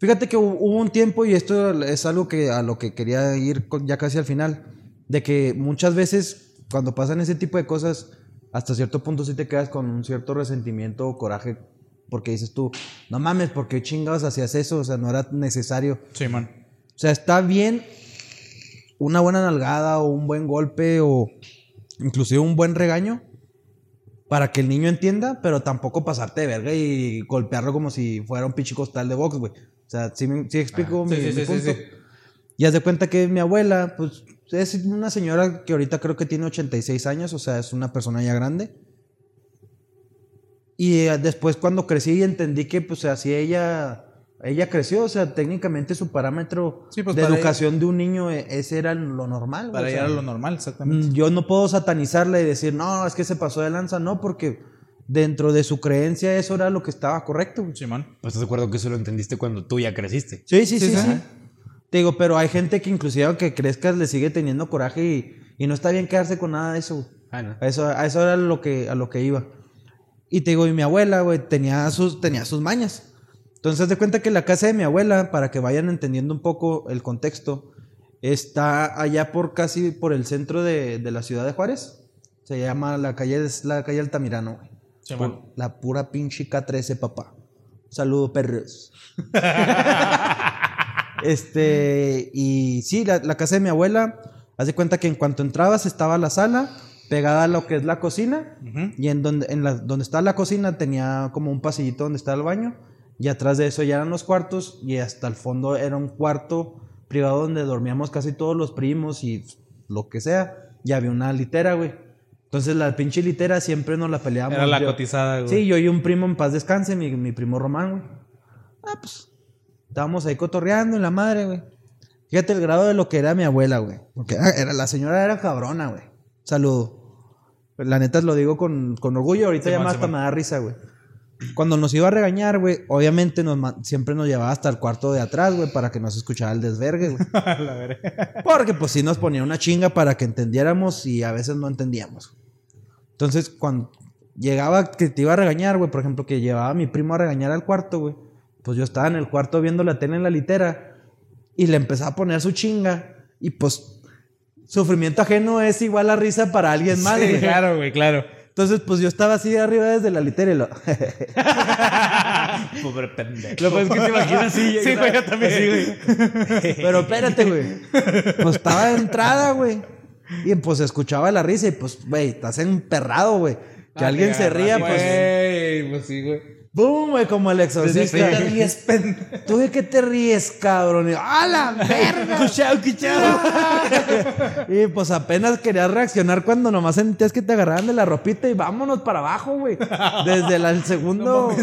[SPEAKER 2] Fíjate que hu- hubo un tiempo, y esto es algo que a lo que quería ir con- ya casi al final, de que muchas veces cuando pasan ese tipo de cosas, hasta cierto punto sí te quedas con un cierto resentimiento o coraje, porque dices tú, no mames, ¿por qué chingados hacías eso? O sea, no era necesario.
[SPEAKER 3] Sí, man.
[SPEAKER 2] O sea, está bien una buena nalgada o un buen golpe o inclusive un buen regaño para que el niño entienda, pero tampoco pasarte de verga y golpearlo como si fuera un pinche costal de box, güey. O sea, sí, me- sí explico mi,
[SPEAKER 3] Ah, Sí, sí,
[SPEAKER 2] mi
[SPEAKER 3] sí, sí,
[SPEAKER 2] punto.
[SPEAKER 3] sí.
[SPEAKER 2] Y haz de cuenta que mi abuela, pues, es una señora que ahorita creo que tiene 86 años, o sea, es una persona ya grande. Y eh, después cuando crecí y entendí que, pues, así ella, ella creció, o sea, técnicamente su parámetro
[SPEAKER 3] Sí, pues,
[SPEAKER 2] de
[SPEAKER 3] para
[SPEAKER 2] educación de un niño, eh, ese era lo normal. güey,
[SPEAKER 3] Para
[SPEAKER 2] o sea,
[SPEAKER 3] llegar a lo normal, exactamente.
[SPEAKER 2] Mm, Yo no puedo satanizarla y decir, no, es que se pasó de lanza, no, porque dentro de su creencia eso era lo que estaba correcto. güey.
[SPEAKER 3] Sí, man.
[SPEAKER 1] Pues estás de acuerdo que eso lo entendiste cuando tú ya creciste.
[SPEAKER 2] Sí, sí, sí, sí.
[SPEAKER 3] sí.
[SPEAKER 2] Te digo, pero hay gente que inclusive aunque crezcas le sigue teniendo coraje y, y no está bien quedarse con nada de eso. güey.
[SPEAKER 1] Ah, no.
[SPEAKER 2] A eso, a eso era lo que, a lo que iba. Y te digo, y mi abuela, güey, tenía sus, tenía sus mañas. Entonces, haz de cuenta que la casa de mi abuela, para que vayan entendiendo un poco el contexto, está allá por casi por el centro de, de la ciudad de Juárez. Se llama la calle, es la calle Altamirano, güey.
[SPEAKER 3] Sí,
[SPEAKER 2] Pu-
[SPEAKER 3] man.
[SPEAKER 2] La pura pinche K13, papá. Saludo, perros.
[SPEAKER 3] *laughs*
[SPEAKER 2] este, y sí, la, la casa de mi abuela, haz de cuenta que en cuanto entrabas estaba la sala, pegada a lo que es la cocina,
[SPEAKER 3] Ujú.
[SPEAKER 2] y en donde, en la, donde estaba la cocina tenía como un pasillito donde estaba el baño, y atrás de eso ya eran los cuartos, y hasta el fondo era un cuarto privado donde dormíamos casi todos los primos y lo que sea, y había una litera, güey. Entonces la pinche litera siempre nos la peleábamos.
[SPEAKER 3] Era la
[SPEAKER 2] Yo-
[SPEAKER 3] cotizada, güey.
[SPEAKER 2] Sí, yo y un primo en paz descanse, mi, mi primo Román, güey. Ah, pues. Estábamos ahí cotorreando en la madre, güey. Fíjate ah, el grado de lo que era mi abuela, güey. Porque era- era- la señora era cabrona, güey. Saludo. La neta lo digo con, con orgullo, ahorita ya
[SPEAKER 3] Simón,
[SPEAKER 2] más hasta
[SPEAKER 3] Simón.
[SPEAKER 2] me da risa, güey. Cuando nos iba a regañar, güey, obviamente nos ma- siempre nos llevaba hasta el cuarto de atrás, güey, para que no se escuchara el desvergue, güey. Porque pues sí nos ponía una chinga para que entendiéramos y a veces no entendíamos. Entonces, cuando llegaba que te iba a regañar, güey, por ejemplo, que llevaba a mi primo a regañar al cuarto, güey, pues yo estaba en el cuarto viendo la tele en la litera y le empezaba a poner su chinga y pues sufrimiento ajeno es igual a risa para alguien más,
[SPEAKER 3] Sí,
[SPEAKER 2] güey.
[SPEAKER 3] claro, güey, claro.
[SPEAKER 2] Entonces, pues yo estaba así de arriba desde la litera y lo...
[SPEAKER 3] Pobre pendejo.
[SPEAKER 1] Lo que pasa es que te imaginas así.
[SPEAKER 3] *laughs* Sí, güey, yo también.
[SPEAKER 2] Pero espérate, güey. Pues estaba de entrada, güey. Y pues escuchaba la risa y pues, güey, estás emperrado, güey. Que alguien se ría, pues.
[SPEAKER 3] Ah, Güey, pues sí, güey.
[SPEAKER 2] ¡Bum, güey! Como el exorcista.
[SPEAKER 3] te ríes,
[SPEAKER 2] ¿Tú de qué te ríes, cabrón? Y yo, ¡A la verga!
[SPEAKER 1] Pues,
[SPEAKER 2] Y pues apenas querías reaccionar cuando nomás sentías que te agarraban de la ropita y vámonos para abajo, güey. Desde la- el segundo.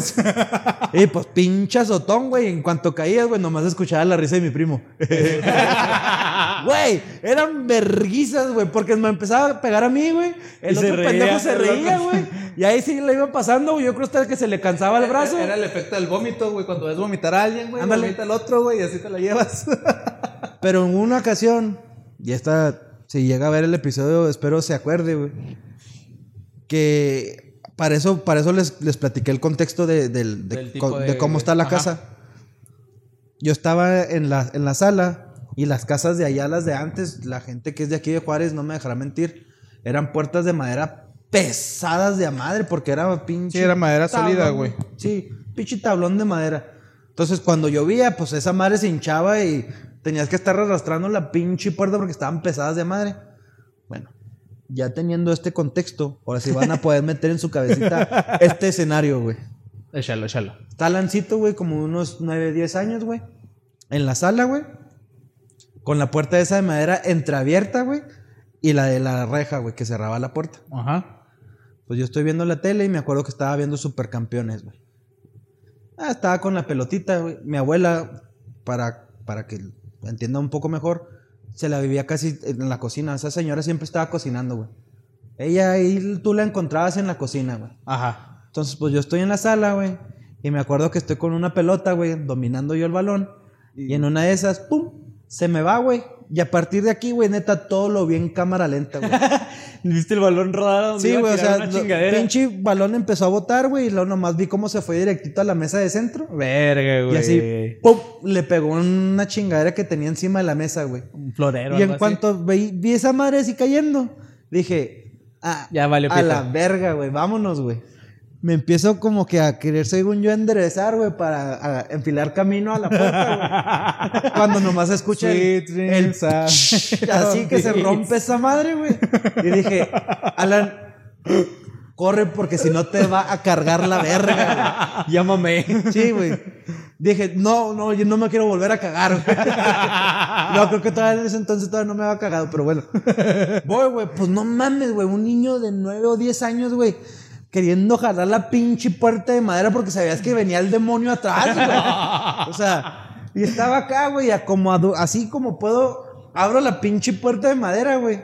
[SPEAKER 2] y pues pincha sotón, güey. En cuanto caías, güey, nomás escuchaba la risa de mi
[SPEAKER 1] *laughs*
[SPEAKER 2] primo. Güey, eran verguizas, güey, porque me empezaba a pegar a mí, güey. El
[SPEAKER 1] Y se
[SPEAKER 2] otro
[SPEAKER 1] reía,
[SPEAKER 2] pendejo se
[SPEAKER 1] el otro-
[SPEAKER 2] reía, güey. Y ahí sí le iba pasando, güey. Yo creo hasta que se le cansaba el brazo.
[SPEAKER 3] Era el efecto del vómito, güey. Cuando ves vomitar a alguien, güey,
[SPEAKER 2] Ándale.
[SPEAKER 3] vomita al otro, güey, y así te la *laughs* llevas.
[SPEAKER 2] Pero en una ocasión, y esta, si llega a ver el episodio, espero se acuerde, güey. Que para eso, para eso les, les platiqué el contexto de, del- de
[SPEAKER 3] Del tipo
[SPEAKER 2] co- de
[SPEAKER 3] de-
[SPEAKER 2] cómo está la
[SPEAKER 3] ajá.
[SPEAKER 2] casa. Yo estaba en la, en la sala y las casas de allá, las de antes, la gente que es de aquí de Juárez no me dejará mentir, eran puertas de madera pesadas de a madre porque era pinche.
[SPEAKER 6] Sí, era madera
[SPEAKER 2] tablón,
[SPEAKER 6] sólida, güey.
[SPEAKER 2] Sí, pinche tablón de madera. Entonces cuando llovía, pues esa madre se hinchaba y tenías que estar arrastrando la pinche puerta porque estaban pesadas de a madre. Bueno, ya teniendo este contexto, ahora sí van a poder meter en su
[SPEAKER 6] *laughs*
[SPEAKER 2] cabecita este escenario, güey.
[SPEAKER 3] Échalo, échalo.
[SPEAKER 2] Está Lancito, güey, como unos 9, 10 años, güey. En la sala, güey. Con la puerta esa de madera entreabierta, güey. Y la de la reja, güey, que cerraba la puerta.
[SPEAKER 3] Ajá.
[SPEAKER 2] Pues yo estoy viendo la tele y me acuerdo que estaba viendo Supercampeones, güey. Ah, estaba con la pelotita, güey. Mi abuela, para, para que entienda un poco mejor, se la vivía casi en la cocina. Esa señora siempre estaba cocinando, güey. Ella ahí tú la encontrabas en la cocina, güey.
[SPEAKER 3] Ajá.
[SPEAKER 2] Entonces, pues yo estoy en la sala, güey. Y me acuerdo que estoy con una pelota, güey, dominando yo el balón. Y en una de esas, ¡pum! Se me va, güey. Y a partir de aquí, güey, neta, todo lo vi en cámara lenta, güey.
[SPEAKER 1] ¿Viste el balón rodado?
[SPEAKER 2] Sí, güey, o sea,
[SPEAKER 1] Una
[SPEAKER 2] lo-
[SPEAKER 1] chingadera.
[SPEAKER 2] pinche balón empezó a botar, güey, y luego nomás vi cómo se fue directito a la mesa de centro.
[SPEAKER 3] Verga, güey.
[SPEAKER 2] Y así, ¡pum! Le pegó una chingadera que tenía encima de la mesa, güey.
[SPEAKER 3] Un florero.
[SPEAKER 2] Y
[SPEAKER 3] algo
[SPEAKER 2] en
[SPEAKER 3] así.
[SPEAKER 2] cuanto vi, vi esa madre así cayendo, dije, ah,
[SPEAKER 3] Ya valió
[SPEAKER 2] a
[SPEAKER 3] pito.
[SPEAKER 2] la verga, güey, vámonos, güey. Me empiezo como que a querer, según yo, enderezar, güey, para a- enfilar camino a la
[SPEAKER 3] *laughs*
[SPEAKER 2] puerta, güey. Cuando nomás escucha el,
[SPEAKER 3] Sweet
[SPEAKER 2] el
[SPEAKER 3] dreams are- *laughs*
[SPEAKER 2] así que se rompe esa madre, güey. Y dije, Alan, corre porque si no te va a cargar la verga, güey. Llámame. Sí, güey. Dije, no, no, yo no me quiero volver a cagar, *laughs* güey. No, creo que todavía en ese entonces todavía no me había cagado, pero bueno. *laughs* Voy, güey, pues no mames, güey. Un niño de 9 o 10 años, güey. Queriendo jalar la pinche puerta de madera porque sabías que venía el demonio atrás, güey. O sea, y estaba acá, güey, a como adu- así como puedo, abro la pinche puerta de madera, güey.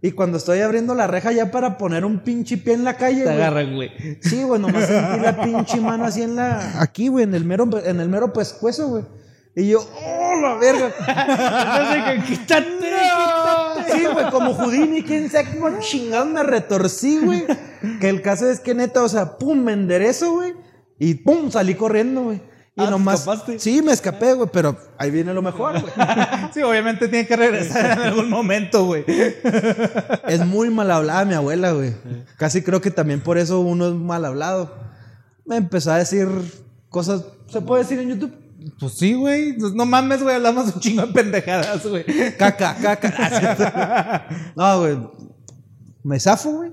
[SPEAKER 2] Y cuando estoy abriendo la reja ya para poner un pinche pie en la calle,
[SPEAKER 3] Te
[SPEAKER 2] güey.
[SPEAKER 3] agarran, güey.
[SPEAKER 2] Sí, güey, nomás sentí la pinche mano así en la. Aquí, güey, en el mero, en el mero pescuezo, güey. Y yo, ¡oh, la verga!
[SPEAKER 3] *laughs*
[SPEAKER 2] Sí, güey, como Houdini, quién sabe cómo chingado me retorcí, güey. Que el caso es que neta, o sea, pum, me enderezo, güey. Y pum, salí corriendo, güey. Y
[SPEAKER 3] Ah, ¿te
[SPEAKER 2] nomás.
[SPEAKER 3] escapaste?
[SPEAKER 2] Sí, me escapé, güey, pero ahí viene lo mejor, güey.
[SPEAKER 3] Sí, obviamente tiene que regresar en algún momento, güey.
[SPEAKER 2] Es muy mal hablada mi abuela, güey. Casi creo que también por eso uno es mal hablado. Me empezó a decir cosas. ¿Se puede decir en YouTube?
[SPEAKER 3] Pues sí, güey. Pues no mames, güey. Hablamos un chingo de pendejadas, güey.
[SPEAKER 2] Caca, caca. No, güey. Me zafo, güey.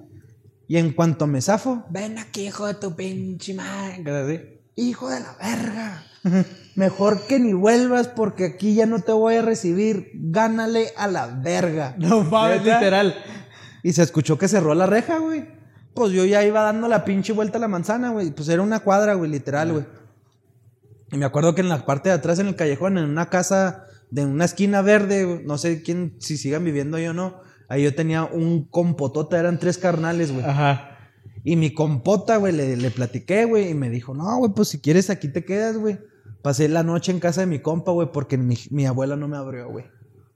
[SPEAKER 2] Y en cuanto me zafo,
[SPEAKER 5] Ven aquí, hijo de tu pinche madre.
[SPEAKER 2] hijo de la verga. *laughs* Mejor que ni vuelvas porque aquí ya no te voy a recibir. Gánale a la verga.
[SPEAKER 3] No mames, literal.
[SPEAKER 2] Y se escuchó que cerró la reja, güey. Pues yo ya iba dando la pinche vuelta a la manzana, güey. Pues era una cuadra, güey, literal, güey. Y me acuerdo que en la parte de atrás, en el callejón, en una casa de una esquina verde, güey, no sé quién, si sigan viviendo ahí o no, Ahí yo tenía un compotota, eran tres carnales,
[SPEAKER 3] Ah.
[SPEAKER 2] güey.
[SPEAKER 3] Ajá.
[SPEAKER 2] Y mi compota, güey, le, le platiqué, güey, y me dijo, no, güey, pues si quieres aquí te quedas, güey. Pasé la noche en casa de mi compa, güey, porque mi, mi abuela no me abrió, güey.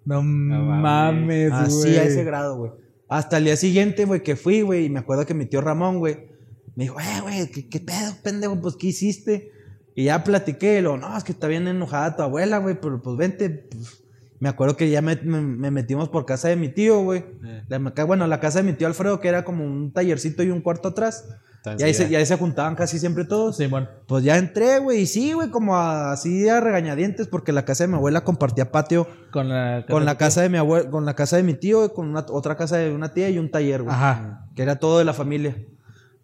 [SPEAKER 3] No, Ah, mames, Ah, güey.
[SPEAKER 2] Así a ese grado, güey. Hasta el día siguiente, güey, que fui, güey, y me acuerdo que mi tío Ramón, güey, me dijo, eh, güey, ¿qué, qué pedo, pendejo? Pues, ¿qué hiciste? Y ya platiqué, y luego, no, es que está bien enojada tu abuela, güey, pero pues vente. pues". Me acuerdo que ya me, me- me metimos por casa de mi tío, güey. La maca- Bueno, la casa de mi tío Alfredo, que era como un tallercito y un cuarto atrás.
[SPEAKER 1] Tan
[SPEAKER 2] Y ahí, se,
[SPEAKER 1] seguida.
[SPEAKER 2] y ahí se juntaban casi siempre todos.
[SPEAKER 3] Sí, bueno.
[SPEAKER 2] Pues ya entré, güey, y sí, güey, como a- así a regañadientes, porque la casa de mi abuela compartía patio
[SPEAKER 3] Con la,
[SPEAKER 2] con la casa de mi abuelo, con la casa de mi tío, y con una, otra casa de una tía y un taller, güey.
[SPEAKER 3] Ajá.
[SPEAKER 2] Que era todo de la familia.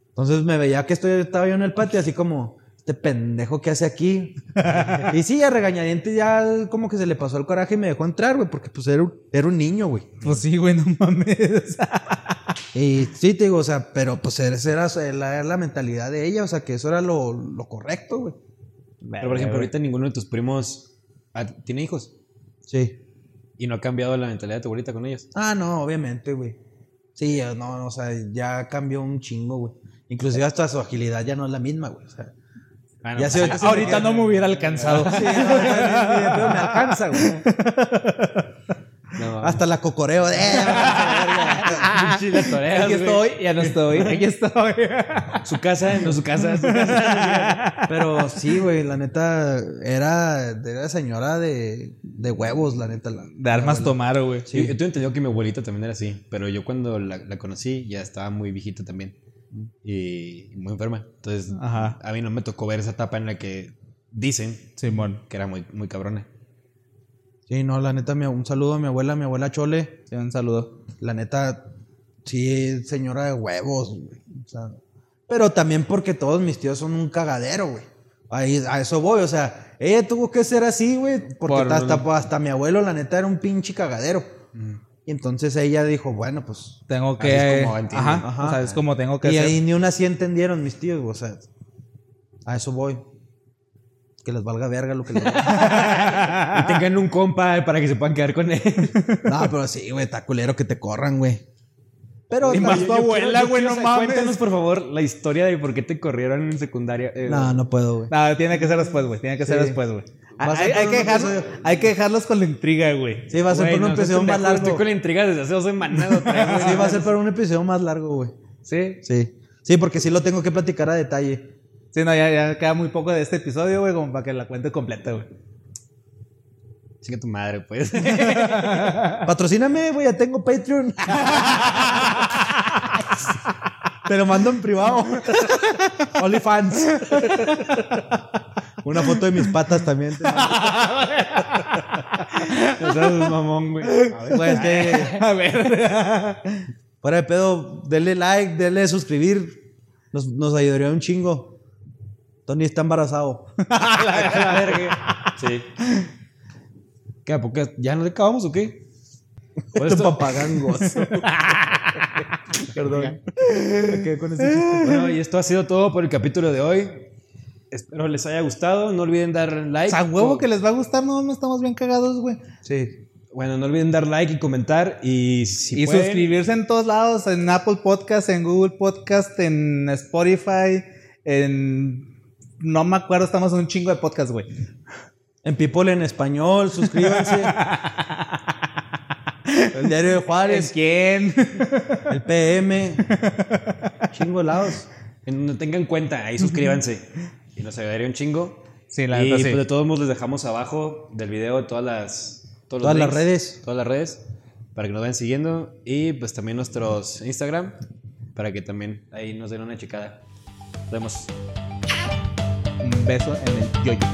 [SPEAKER 2] Entonces me veía que estoy, estaba yo en el patio, así como, este pendejo que hace aquí. y sí, a regañadientes ya como que se le pasó el coraje y me dejó entrar, güey, porque pues era un, era un niño, güey.
[SPEAKER 3] Pues sí, güey, no mames.
[SPEAKER 2] Y sí, te digo, o sea, pero pues esa era, esa era la, mentalidad de ella, o sea, que eso era lo, lo correcto, güey.
[SPEAKER 1] Pero, por ejemplo, ahorita ninguno de tus primos ah, tiene hijos
[SPEAKER 2] Sí.
[SPEAKER 1] y no ha cambiado la mentalidad de tu abuelita con ellos.
[SPEAKER 2] Ah, no, obviamente, güey. Sí, eh, no, o sea, ya cambió un chingo, güey. Inclusive hasta su agilidad ya no es la misma, güey. O sea,
[SPEAKER 1] Ah,
[SPEAKER 2] Ya
[SPEAKER 1] pues,
[SPEAKER 2] se-
[SPEAKER 1] sí.
[SPEAKER 2] ahorita
[SPEAKER 3] Ahorita no me hubiera
[SPEAKER 2] *laughs*
[SPEAKER 3] alcanzado.
[SPEAKER 2] pero me alcanza, güey.
[SPEAKER 1] *laughs* No, mames.
[SPEAKER 2] *laughs* Hasta la cocoreo. eh,
[SPEAKER 1] Sí, la toreas,
[SPEAKER 3] Aquí
[SPEAKER 1] güey.
[SPEAKER 3] estoy, ya no estoy. Aquí estoy.
[SPEAKER 1] *laughs* Su casa, no su casa, su
[SPEAKER 3] *laughs*
[SPEAKER 1] casa.
[SPEAKER 2] pero sí, güey, la neta, era, era señora de, de huevos, la neta. La,
[SPEAKER 3] De
[SPEAKER 1] Ah,
[SPEAKER 3] almas tomar, güey.
[SPEAKER 1] Yo, yo tengo entendido que mi abuelita también era así, pero yo cuando la, la conocí ya estaba muy viejita también y muy enferma. Entonces,
[SPEAKER 3] Ajá.
[SPEAKER 1] a mí no me tocó ver esa etapa en la que dicen
[SPEAKER 3] Simón.
[SPEAKER 1] que era muy, muy cabrona.
[SPEAKER 2] Sí, no, la neta, mi- un saludo a mi abuela, mi abuela Chole.
[SPEAKER 3] Sí, un saludo.
[SPEAKER 2] La neta, sí, señora de huevos, güey. O sea, pero también porque todos mis tíos son un cagadero, güey. Ahí, a eso voy, o sea, ella tuvo que ser así, güey, porque
[SPEAKER 3] Por-
[SPEAKER 2] hasta, hasta mi abuelo, la neta, era un pinche cagadero. Y entonces ella dijo, bueno, pues.
[SPEAKER 3] Tengo
[SPEAKER 1] Así
[SPEAKER 3] que.
[SPEAKER 1] es como entiendo.
[SPEAKER 3] ajá,
[SPEAKER 2] Ajá.
[SPEAKER 3] O sea, es como tengo que
[SPEAKER 2] Y
[SPEAKER 3] hacer.
[SPEAKER 2] ahí ni una sí entendieron mis tíos, güey, o sea, a eso voy. Que les valga verga lo que les
[SPEAKER 1] Y tengan un compa para que se puedan quedar con él.
[SPEAKER 2] *laughs*
[SPEAKER 1] *laughs*
[SPEAKER 3] Pues,
[SPEAKER 2] No, pero sí, güey, está culero que te corran, güey. Pero
[SPEAKER 3] Y más
[SPEAKER 2] también-
[SPEAKER 3] tu abuela, güey, no
[SPEAKER 1] O sea,
[SPEAKER 3] mames.
[SPEAKER 1] Cuéntanos, por favor, la historia de por qué te corrieron en secundaria. eh,
[SPEAKER 2] No, no puedo, güey.
[SPEAKER 3] No, tiene que ser después, güey. Tiene que ser
[SPEAKER 2] Sí.
[SPEAKER 3] después, güey.
[SPEAKER 2] Va a ser
[SPEAKER 3] Hay, hay
[SPEAKER 2] todo
[SPEAKER 3] que
[SPEAKER 2] un
[SPEAKER 3] dejarlo-
[SPEAKER 2] episodio.
[SPEAKER 3] hay que dejarlos con la intriga, güey.
[SPEAKER 2] Sí, va a ser
[SPEAKER 1] güey,
[SPEAKER 2] por un
[SPEAKER 1] no seas
[SPEAKER 2] episodio más
[SPEAKER 1] pendejo,
[SPEAKER 2] largo.
[SPEAKER 1] Estoy con la intriga desde hace dos semanas. o tres, güey.
[SPEAKER 2] *laughs* Sí, va a ser para un episodio más largo, güey.
[SPEAKER 1] Sí.
[SPEAKER 2] Sí. Sí, porque sí lo tengo que platicar a detalle.
[SPEAKER 3] Sí, no, ya, ya queda muy poco de este episodio, güey, como para que la cuente completa, güey.
[SPEAKER 1] Chinga tu madre, *laughs* pues.
[SPEAKER 2] Patrocíname, güey, ya tengo Patreon. Te lo mando en privado. OnlyFans. Una foto de mis patas también. te mando.
[SPEAKER 1] No seas mamón, güey.
[SPEAKER 2] Güey, es que,
[SPEAKER 3] A ver.
[SPEAKER 2] fuera de pedo, denle like, denle suscribir. Nos, nos ayudaría un chingo. Tony está embarazado.
[SPEAKER 1] Sí. ¿Qué? ¿A poco ¿Ya no le acabamos o qué?
[SPEAKER 2] Este papagangos. Perdón. Me quedé con ese
[SPEAKER 1] *laughs*
[SPEAKER 2] chiste.
[SPEAKER 1] Bueno, y esto ha sido todo por el capítulo de hoy. Espero les haya gustado. No olviden dar
[SPEAKER 3] O
[SPEAKER 1] like.
[SPEAKER 3] sea, huevo
[SPEAKER 1] Co-
[SPEAKER 3] que les va a gustar, no, no estamos bien cagados, güey.
[SPEAKER 2] Sí.
[SPEAKER 1] Bueno, no olviden dar like y comentar. Y si
[SPEAKER 3] y
[SPEAKER 1] pueden,
[SPEAKER 3] suscribirse en todos lados, en Apple Podcast, en Google Podcast, en Spotify, en... No me acuerdo, estamos en un chingo de podcast, güey.
[SPEAKER 2] En People en
[SPEAKER 3] *laughs*
[SPEAKER 2] español, suscríbanse. el Diario de
[SPEAKER 3] ¿En
[SPEAKER 2] Juárez,
[SPEAKER 3] quién?
[SPEAKER 2] el PM, chingo de lados.
[SPEAKER 1] En donde tengan cuenta, ahí
[SPEAKER 2] *laughs*
[SPEAKER 1] suscríbanse. y nos ayudaría un chingo.
[SPEAKER 3] Sí, la
[SPEAKER 1] y
[SPEAKER 3] neta, sí.
[SPEAKER 1] pues, de todos modos les dejamos abajo del video todas las todos los
[SPEAKER 2] Todas las redes.
[SPEAKER 1] Todas las redes. Para que nos vayan siguiendo. Y pues también nuestros Instagram. Para que también ahí nos den una checada. Nos vemos.
[SPEAKER 3] Un beso en el yoyo.